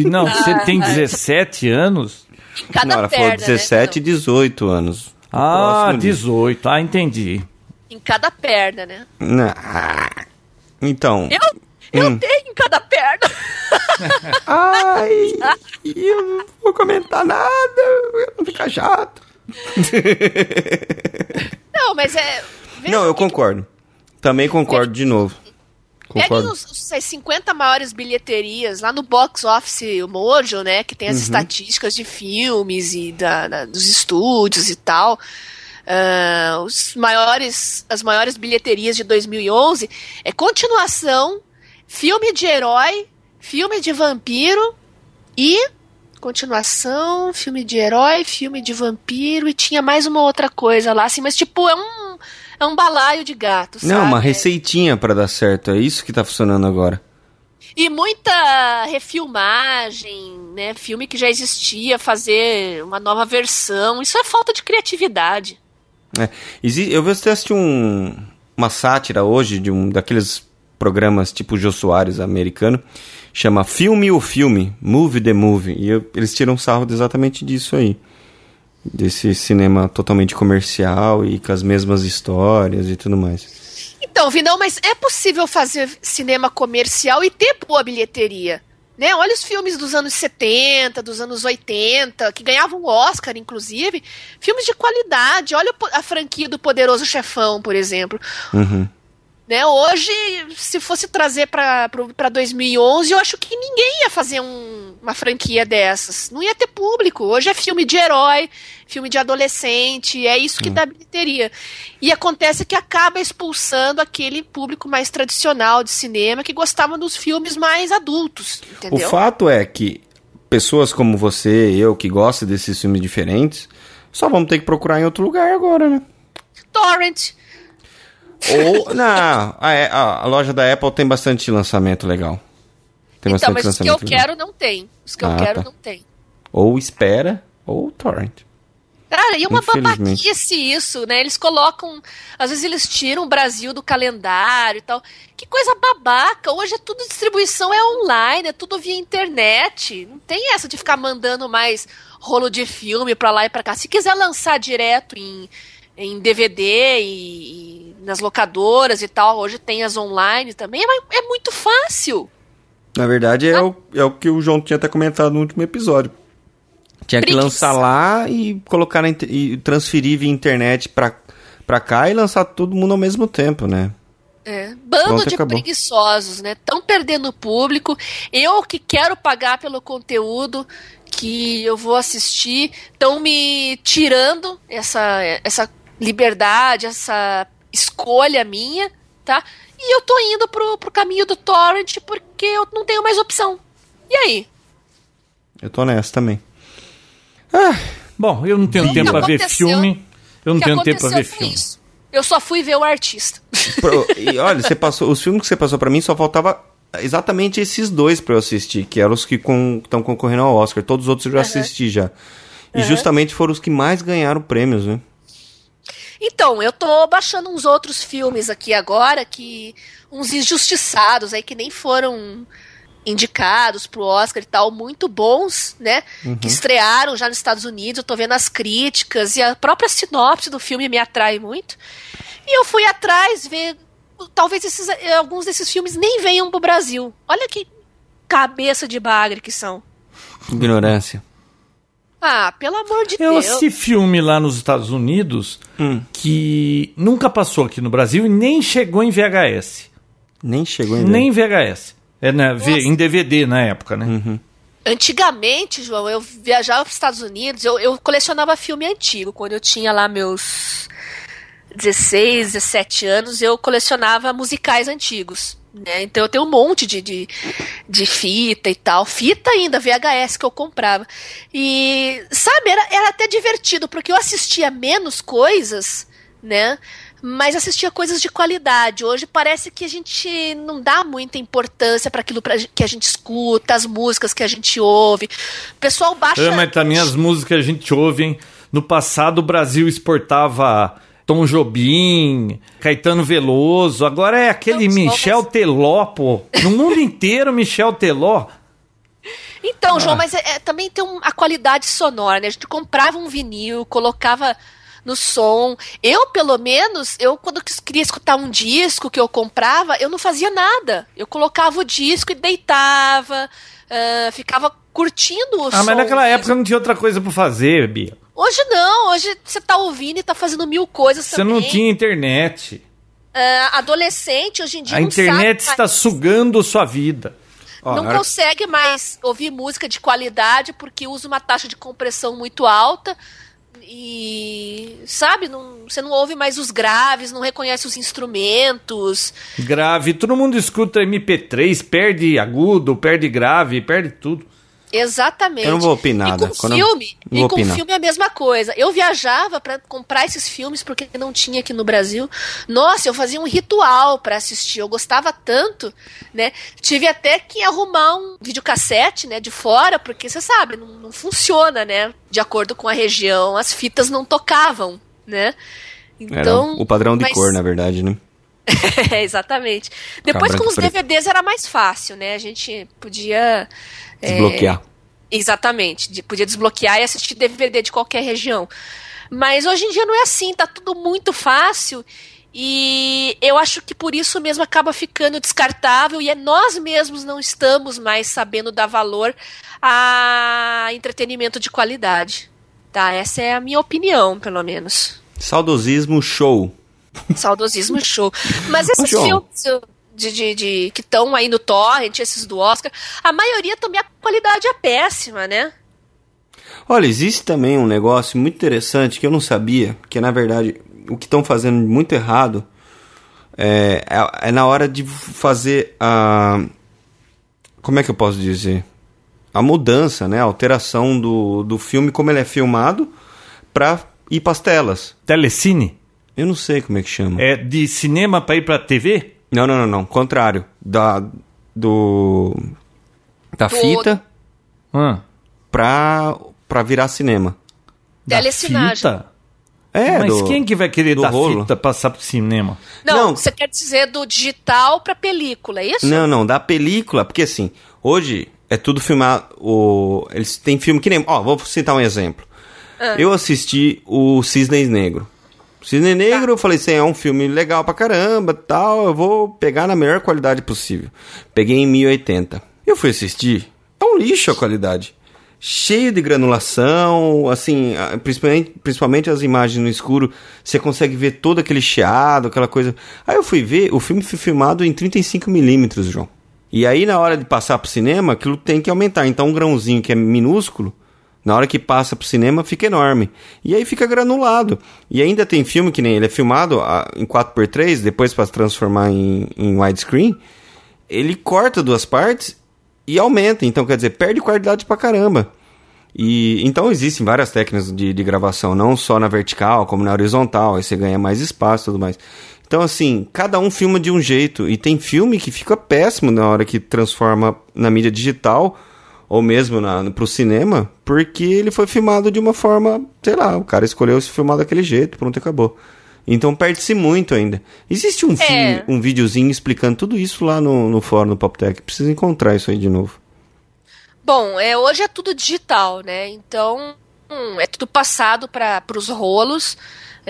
C: Não, você [LAUGHS] ah, tem 17 ah, anos?
A: Cada
B: Não, ela
A: perna,
B: falou 17 e né? 18 anos.
C: Ah, 18. Dia. Ah, entendi.
A: Em cada perna, né?
B: Ah, então.
A: Eu, eu hum. tenho em cada perna. [LAUGHS]
B: Ai, eu não vou comentar nada, vou ficar chato.
A: Não, mas é.
B: Não, eu concordo. Também concordo de novo. É,
A: Peguem os, os, as 50 maiores bilheterias lá no box office o Mojo, né? Que tem as uhum. estatísticas de filmes e da, da dos estúdios e tal. Uh, os maiores, as maiores bilheterias de 2011 é continuação, filme de herói, filme de vampiro e continuação, filme de herói, filme de vampiro e tinha mais uma outra coisa lá, assim, mas tipo é um é um balaio de gatos.
B: Não, sabe? uma receitinha para dar certo. É isso que tá funcionando agora.
A: E muita refilmagem, né? Filme que já existia, fazer uma nova versão. Isso é falta de criatividade.
B: É. Eu vi você assistir um, uma sátira hoje de um daqueles programas tipo Jô Soares americano. Chama Filme o Filme, Movie the Movie. E eu, eles tiram sarro exatamente disso aí desse cinema totalmente comercial e com as mesmas histórias e tudo mais.
A: Então, Vinão, mas é possível fazer cinema comercial e ter boa bilheteria. Né? Olha os filmes dos anos 70, dos anos 80, que ganhavam Oscar, inclusive. Filmes de qualidade. Olha a franquia do Poderoso Chefão, por exemplo.
B: Uhum.
A: Né? Hoje, se fosse trazer para 2011, eu acho que ninguém ia fazer um, uma franquia dessas. Não ia ter público. Hoje é filme de herói, filme de adolescente, é isso que hum. dá bilheteria. E acontece que acaba expulsando aquele público mais tradicional de cinema que gostava dos filmes mais adultos. Entendeu?
B: O fato é que pessoas como você, eu, que gosta desses filmes diferentes, só vamos ter que procurar em outro lugar agora, né?
A: Torrent. [LAUGHS]
B: Ou, não, a, é, a- a loja da Apple tem bastante lançamento legal. Tem
A: então,
B: bastante
A: mas os que
B: lançamento
A: eu
B: legal.
A: quero não tem. Os que eu
B: Ah,
A: quero
B: tá.
A: não tem.
B: Ou espera, ou torrent.
A: Cara, e é uma
B: Infelizmente.
A: babaquice isso, né? Eles colocam. Às vezes eles tiram o Brasil do calendário e tal. Que coisa babaca! Hoje é tudo distribuição, é online, é tudo via internet. Não tem essa de ficar mandando mais rolo de filme pra lá e pra cá. Se quiser lançar direto em, em DVD e, e nas locadoras e tal, hoje tem as online também, mas é muito fácil.
B: Na verdade,
A: Ah.
B: é, o, é o que o João tinha até comentado no último episódio. Tinha que
A: Preguiça.
B: lançar lá e colocar na, inter- e transferir via internet pra, pra cá e lançar todo mundo ao mesmo tempo, né?
A: É, Bando
B: Pronto,
A: de
B: acabou.
A: preguiçosos, né? Estão perdendo o público. Eu que quero pagar pelo conteúdo que eu vou assistir, estão me tirando essa, essa liberdade, essa escolha minha, tá? E eu tô indo pro, pro caminho do torrent porque eu não tenho mais opção. E aí?
B: Eu tô nessa também.
C: Bom, eu não tenho
A: O que
C: tempo pra ver
A: aconteceu-
C: filme. Eu
A: o
C: não
A: que
C: tenho tempo pra ver
A: aconteceu foi
C: filme.
A: isso. Eu só fui ver o artista.
B: Pro- e olha, você passou, os filmes que você passou pra mim só faltava exatamente esses dois pra eu assistir, que eram os que estão concorrendo ao Oscar. Todos os outros eu já assisti já. E justamente foram os que mais ganharam prêmios, né?
A: Então, eu tô baixando uns outros filmes aqui agora, que uns injustiçados aí que nem foram indicados pro Oscar e tal, muito bons, né? Que estrearam já nos Estados Unidos, eu tô vendo as críticas e a própria sinopse do filme me atrai muito. E eu fui atrás ver talvez esses eh, alguns desses filmes nem venham pro Brasil. Olha que cabeça de bagre que são.
B: Ignorância.
A: Ah, pelo amor de
C: Eu
A: Deus.
C: assisti filme lá nos Estados Unidos
B: Hum.
C: que nunca passou aqui no Brasil e nem chegou em VHS.
B: Nem chegou ainda.
C: Nem em VHS. É, né, V-
A: Nossa.
C: em DVD na época, né?
B: Uhum.
A: Antigamente, João, eu viajava para os Estados Unidos, eu, eu colecionava filme antigo. Quando eu tinha lá meus 16, 17 anos, eu colecionava musicais antigos. Né? Então eu tenho um monte de, de, de fita e tal. Fita ainda, VHS que eu comprava. E, sabe, era, era até divertido, porque eu assistia menos coisas, né? Mas assistia coisas de qualidade. Hoje parece que a gente não dá muita importância para aquilo pra- que a gente escuta, as músicas que a gente ouve. O pessoal baixa.
C: É, mas também as músicas a gente ouve, hein? No passado o Brasil exportava Tom Jobim, Caetano Veloso, agora é aquele
A: Não, só
C: Michel Teló, pô. No mundo [LAUGHS] inteiro, Michel Teló.
A: Então, João,
C: Ah.
A: mas é- é- também tem um- a qualidade sonora, né? A gente comprava um vinil, colocava no som. Eu, pelo menos, eu quando quis- queria escutar um disco que eu comprava, eu não fazia nada. Eu colocava o disco e deitava, ah, ficava curtindo o som.
C: Ah, mas naquela época não tinha outra coisa pra fazer, Bia.
A: Hoje não, hoje você tá ouvindo e tá fazendo mil coisas
C: Você
A: também.
C: não tinha internet.
A: Ah, adolescente, hoje em dia
C: A
A: não
C: internet
A: sabe
C: está
A: um mais.
C: sugando sua vida.
B: Ó,
A: não
B: na hora-
A: consegue mais ouvir música de qualidade porque usa uma taxa de compressão muito alta e sabe não- você não ouve mais os graves não reconhece os instrumentos
C: Grave, todo mundo escuta MP3, perde agudo, perde grave, perde tudo.
A: exatamente
B: Eu não vou opinar,
A: e com
B: né? Quando eu-
A: filme
B: não vou
A: e com
B: opinar.
A: filme é a mesma coisa eu viajava pra comprar esses filmes porque não tinha aqui no Brasil nossa eu fazia um ritual pra assistir eu gostava tanto né tive até que arrumar um videocassete, né, de fora, porque você sabe, não, não funciona, né? De acordo com a região, as fitas não tocavam, né?
B: Era
A: Então,
B: o padrão de
A: mas-
B: cor, na verdade, né?
A: [LAUGHS] é, exatamente. Depois
B: branco
A: com os
B: e preto.
A: DVDs era mais fácil, né? A gente podia é,
B: Desbloquear.
A: Exatamente. de- podia desbloquear e assistir DVD de qualquer região. Mas hoje em dia não é assim, tá tudo muito fácil. E eu acho que por isso mesmo acaba ficando descartável e é nós mesmos não estamos mais sabendo dar valor a entretenimento de qualidade. Tá, essa é a minha opinião, pelo menos.
B: Saudosismo show.
A: Saudosismo show. Mas esses
B: João.
A: filmes eu- de, de- de- que estão aí no torrent, esses do Oscar, a maioria também a qualidade é péssima, né?
B: Olha, existe também um negócio muito interessante que eu não sabia, que na verdade o que estão fazendo muito errado é, é- é na hora de fazer a. Como é que eu posso dizer? A a mudança, né, a alteração do, do filme, como ele é filmado, pra ir pras telas.
C: Telecine?
B: Eu não sei como é que chama.
C: É de cinema pra ir pra TV?
B: Não, não, não, não. Contrário. Da. Do. Da
A: Do-
B: fita
C: Hã?
B: pra, pra virar cinema.
C: Da
A: Telecinagem.
C: fita?
B: É,
C: Mas
B: do-
C: quem que vai querer
B: do
C: da
B: rolo.
C: fita passar pro cinema?
A: Não,
B: Não.
A: você quer dizer do digital pra película, é isso?
B: Não, não, da película, porque assim, hoje é tudo filmar. O... Eles têm filme que nem. Ó, vou citar um exemplo. Eu assisti o Cisne Negro. Cisne Negro, eu falei assim, é um filme legal pra caramba, tal, eu vou pegar na melhor qualidade possível. Peguei em 1080. Eu fui assistir, é um lixo a qualidade. Cheio de granulação, assim, a- principalmente, principalmente as imagens no escuro, você consegue ver todo aquele cheado, aquela coisa. Aí eu fui ver, o filme foi filmado em 35mm, João. E aí na hora de passar pro cinema, aquilo tem que aumentar. Então um grãozinho que é minúsculo, na hora que passa pro cinema, fica enorme. E aí fica granulado. E ainda tem filme que nem ele é filmado ah, em 4x3, depois para transformar em, em widescreen. Ele corta duas partes e aumenta. Então, quer dizer, perde qualidade pra caramba. E, então existem várias técnicas de, de gravação, não só na vertical, como na horizontal, aí você ganha mais espaço e tudo mais. Então, assim, cada um filma de um jeito, e tem filme que fica péssimo na hora que transforma na mídia digital, ou mesmo na, no, pro cinema, porque ele foi filmado de uma forma, sei lá, o cara escolheu se filmar daquele jeito, pronto, acabou. Então perde-se muito ainda. Existe um,
A: É.
B: fi- um videozinho explicando tudo isso lá no, no fórum do Poptech, precisa encontrar isso aí de novo.
A: Bom, é, hoje é tudo digital, né? Então, hum, é tudo passado para os rolos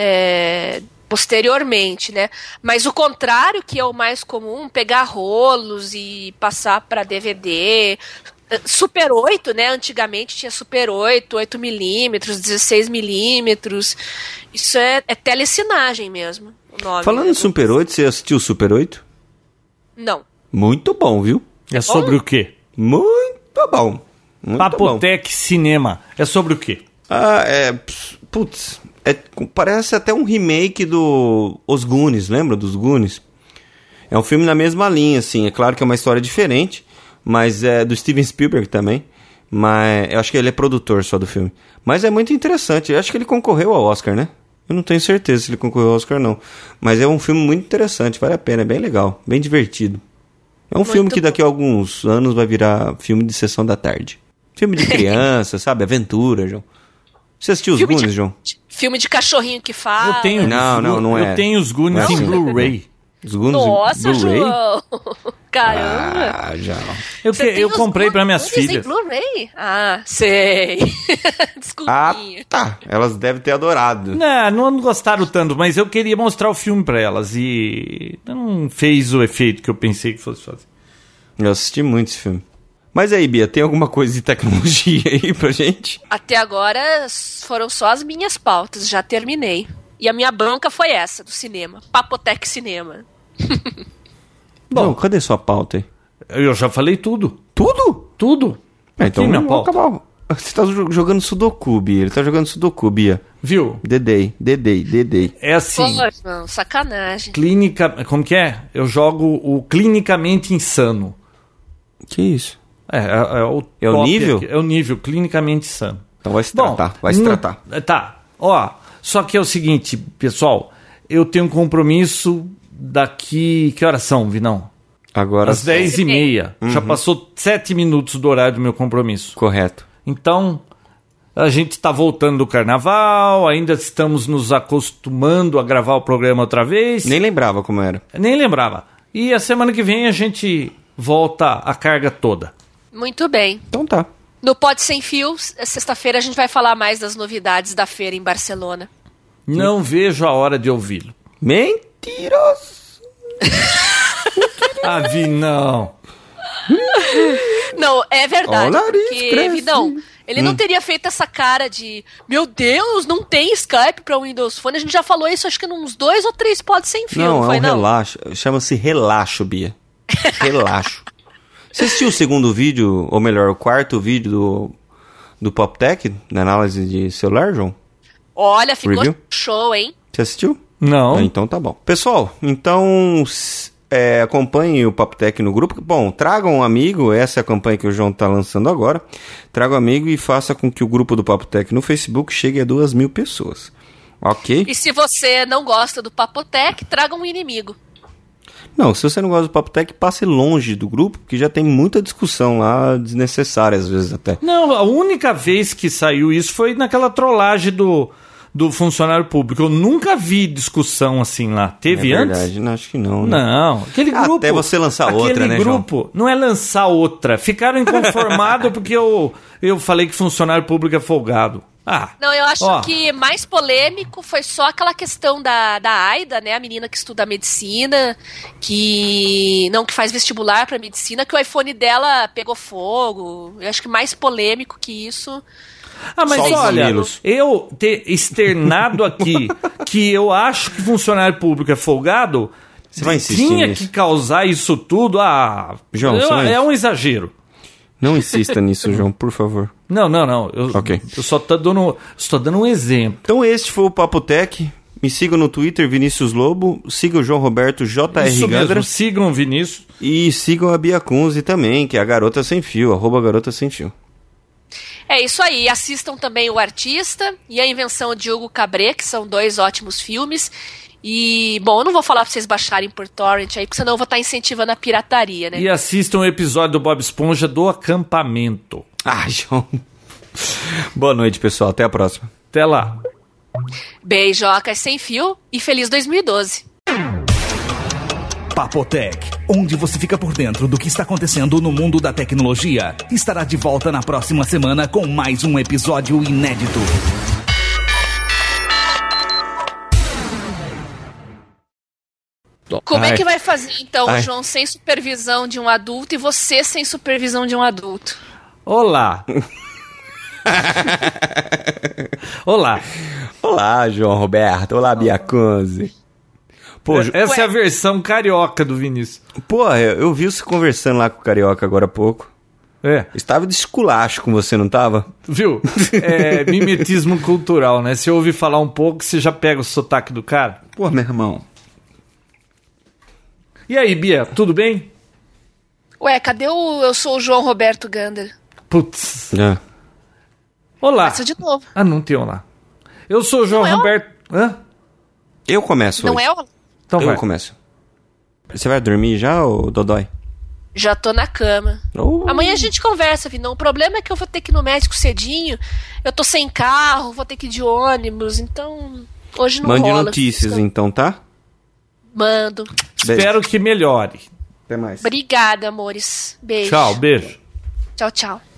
A: é, posteriormente, né? Mas o contrário, que é o mais comum, pegar rolos e passar para DVD. Eh, Super 8, né? Antigamente tinha Super 8, 8 milímetros, 16 milímetros. Isso é, é telecinagem mesmo. o nome,
B: Falando
A: né?
B: em Super 8, você assistiu o Super 8?
A: Não.
B: Muito bom, viu?
C: É sobre o quê?
B: Muito bom. Muito bom.
C: Papotec Cinema. É sobre o quê?
B: Ah, é. ps- Putz, é, parece até um remake do Os Goonies, lembra dos Goonies? É um filme na mesma linha, assim. É claro que é uma história diferente, mas é do Steven Spielberg também. Mas eu acho que ele é produtor só do filme. Mas é muito interessante. Eu acho que ele concorreu ao Oscar, né? Eu não tenho certeza se ele concorreu ao Oscar, não. Mas é um filme muito interessante, vale a pena, é bem legal, bem divertido. É um filme que daqui a alguns anos vai virar filme de sessão da tarde. Filme de criança, sabe? Aventura, João. Você assistiu os
A: Filme
B: Goonies,
A: de,
B: João?
A: filme de cachorrinho que fala.
C: Eu tenho.
B: Não, não, não é.
C: Eu tenho os
B: Não é
C: Goonies
B: assim.
C: em Blu-ray.
B: Os Goonies
A: Nossa,
B: Blu-ray?
A: João! [LAUGHS] Caramba!
B: Ah, João.
C: Eu,
A: Você
C: que-
A: tem
C: eu
A: os
C: comprei para minhas
A: Blu-rays em
C: filhas.
A: Blu-ray? Ah, sei. [LAUGHS]
B: Ah,
A: Desculpinha.
B: tá. Elas devem ter adorado.
C: Não, não gostaram tanto, mas eu queria mostrar o filme pra elas e não fez o efeito que eu pensei que fosse fazer.
B: Eu assisti muito esse filme. Mas aí, Bia, tem alguma coisa de tecnologia [LAUGHS] aí pra gente?
A: Até agora s- foram só as minhas pautas, já terminei. E a minha bronca foi essa, do cinema. Papotec Cinema.
B: Bom, cadê sua pauta aí?
C: Eu já falei tudo.
B: Tudo?
C: Tudo.
B: É, então
C: Sim, minha
B: vamos
C: pauta.
B: acabar. Você tá jo- jogando Sudoku, Bia. Ele tá jogando Sudoku, Bia.
C: Viu?
B: Dedei, dedei, dedei.
C: É assim.
A: Pô, irmão, sacanagem.
C: Clínica. Como que é? Eu jogo o clinicamente insano.
B: Que isso?
C: É, é, é o,
B: É o
C: top
B: nível?
C: aqui. É o nível, clinicamente insano.
B: Então vai se
C: Bom,
B: tratar, vai se
C: não-
B: tratar.
C: Tá. Ó, só que é o seguinte, pessoal, eu tenho um compromisso daqui. Que horas são, Vinão?
B: Agora.
C: Às 10 e meia.
B: Uhum.
C: Já passou 7 minutos do horário do meu compromisso.
B: Correto.
C: Então, a gente está voltando do carnaval, ainda estamos nos acostumando a gravar o programa outra vez.
B: Nem lembrava como era.
C: Nem lembrava. E a semana que vem a gente volta a carga toda.
A: Muito bem.
B: Então tá.
A: No Pode Sem Fio, s- sexta-feira a gente vai falar mais das novidades da feira em Barcelona.
C: Não vejo a hora de ouvi-lo.
B: Mentiroso!
C: Ah, vi, não.
A: Não, é verdade.
B: Ó, o nariz
A: porque,
B: cresce. Hum.
A: Vidão, ele não teria feito essa cara de meu Deus, não tem Skype pra um Windows Phone. A gente já falou isso, acho que nos dois ou três pods sem fio, não,
B: Não,
A: foi,
B: é um
A: não?
B: relaxo. Chama-se relaxo, Bia. Relaxo. Você assistiu o segundo vídeo, ou melhor, o quarto vídeo do, do PopTech, na análise de celular, João?
A: Olha, ficou
B: Review?
A: show, hein?
B: Você assistiu?
C: Não.
B: Ah, então tá bom. Pessoal, então s- é, acompanhem o Papotec no grupo. Bom, tragam um amigo, essa é a campanha que o João está lançando agora. Traga um amigo e faça com que o grupo do Papotec no Facebook chegue a duas mil pessoas. Ok?
A: E se você não gosta do Papotec, traga um inimigo.
B: Não, se você não gosta do Papotec, passe longe do grupo, porque já tem muita discussão lá, desnecessária às vezes até.
C: Não, a única vez que saiu isso foi naquela trollagem do, do funcionário público. Eu nunca vi discussão assim lá. Teve
B: é
C: antes?
B: verdade, não, acho que não. né?
C: Não, aquele
B: Até
C: grupo.
B: você lançar
C: aquele
B: outra, né,
C: grupo não é lançar outra. Ficaram inconformados porque eu, eu falei que funcionário público é folgado. Ah.
A: Não, eu acho
C: ó,
A: que mais polêmico foi só aquela questão da, da Aida, né? A menina que estuda medicina, que não que faz vestibular pra medicina, que o iPhone dela pegou fogo. Eu acho que mais polêmico que isso.
C: Ah, mas
B: Só os
C: olha,
B: mamilos.
C: eu ter externado aqui que eu acho que funcionário público é folgado,
B: Você vai insistir
C: tinha
B: nisso?
C: que causar isso tudo. Ah,
B: João,
C: eu-
B: você vai-
C: é um exagero.
B: Não insista [LAUGHS] nisso, João, por favor.
C: Não, não, não. Eu,
B: Ok.
C: eu só tô dando, estou dando um exemplo.
B: Então este foi o Papo Tech. Me sigam no Twitter, Vinícius Lobo. Siga o João Roberto JR
C: Isso
B: Gandra.
C: mesmo, sigam o Vinícius.
B: E sigam a Bia Kunze também, que é a Garota Sem Fio, arroba Garota Sem Fio.
A: É isso aí. Assistam também O Artista e A Invenção de Hugo Cabret, que são dois ótimos filmes. E, bom, eu não vou falar pra vocês baixarem por torrent aí, porque senão eu vou estar incentivando a pirataria, né?
C: E assistam o episódio do Bob Esponja do acampamento.
B: Ah, [LAUGHS] João. Boa noite, pessoal. Até a próxima.
C: Até lá.
A: Beijocas é sem fio e feliz 2012.
D: Papotec, onde você fica por dentro do que está acontecendo no mundo da tecnologia, estará de volta na próxima semana com mais um episódio inédito.
A: Como
B: Ai.
A: é que vai fazer, então,
B: Ai.
A: o João sem supervisão de um adulto e você sem supervisão de um adulto? [LAUGHS]
C: Olá. Olá.
B: Olá, João Roberto. Olá, Bia Kunze. Pô, Ju-
C: Essa é a
A: Ué.
C: versão carioca do Vinícius.
B: pô, eu eu vi você conversando lá com o Carioca agora há pouco.
C: É.
B: Estava de esculacho com você, não tava?
C: Viu? É mimetismo cultural, né? Você ouve falar um pouco, você já pega o sotaque do cara.
B: Pô, meu irmão.
C: E aí, Bia, tudo bem?
A: Ué, cadê o Eu Sou o João Roberto Gander?
C: Putz.
B: É.
C: Olá.
A: Essa de novo.
C: Ah, não tem olá. Eu sou o João
A: Não é o-
C: Roberto. Hã?
B: Eu começo
A: Não
B: hoje.
A: é o...
C: Então
B: Eu
C: vai.
B: começo. Você vai dormir já, ô Dodói?
A: Já tô na cama.
B: Ô,
A: Amanhã a gente conversa, Vinão. O problema é que eu vou ter que ir no médico cedinho. Eu tô sem carro, vou ter que ir de ônibus, então... Hoje não
B: Mande
A: rola.
B: notícias, então, tá?
A: Mando.
C: Espero que melhore.
B: Até mais.
A: Obrigada, amores. Beijo.
C: Tchau, beijo.
A: Tchau, tchau.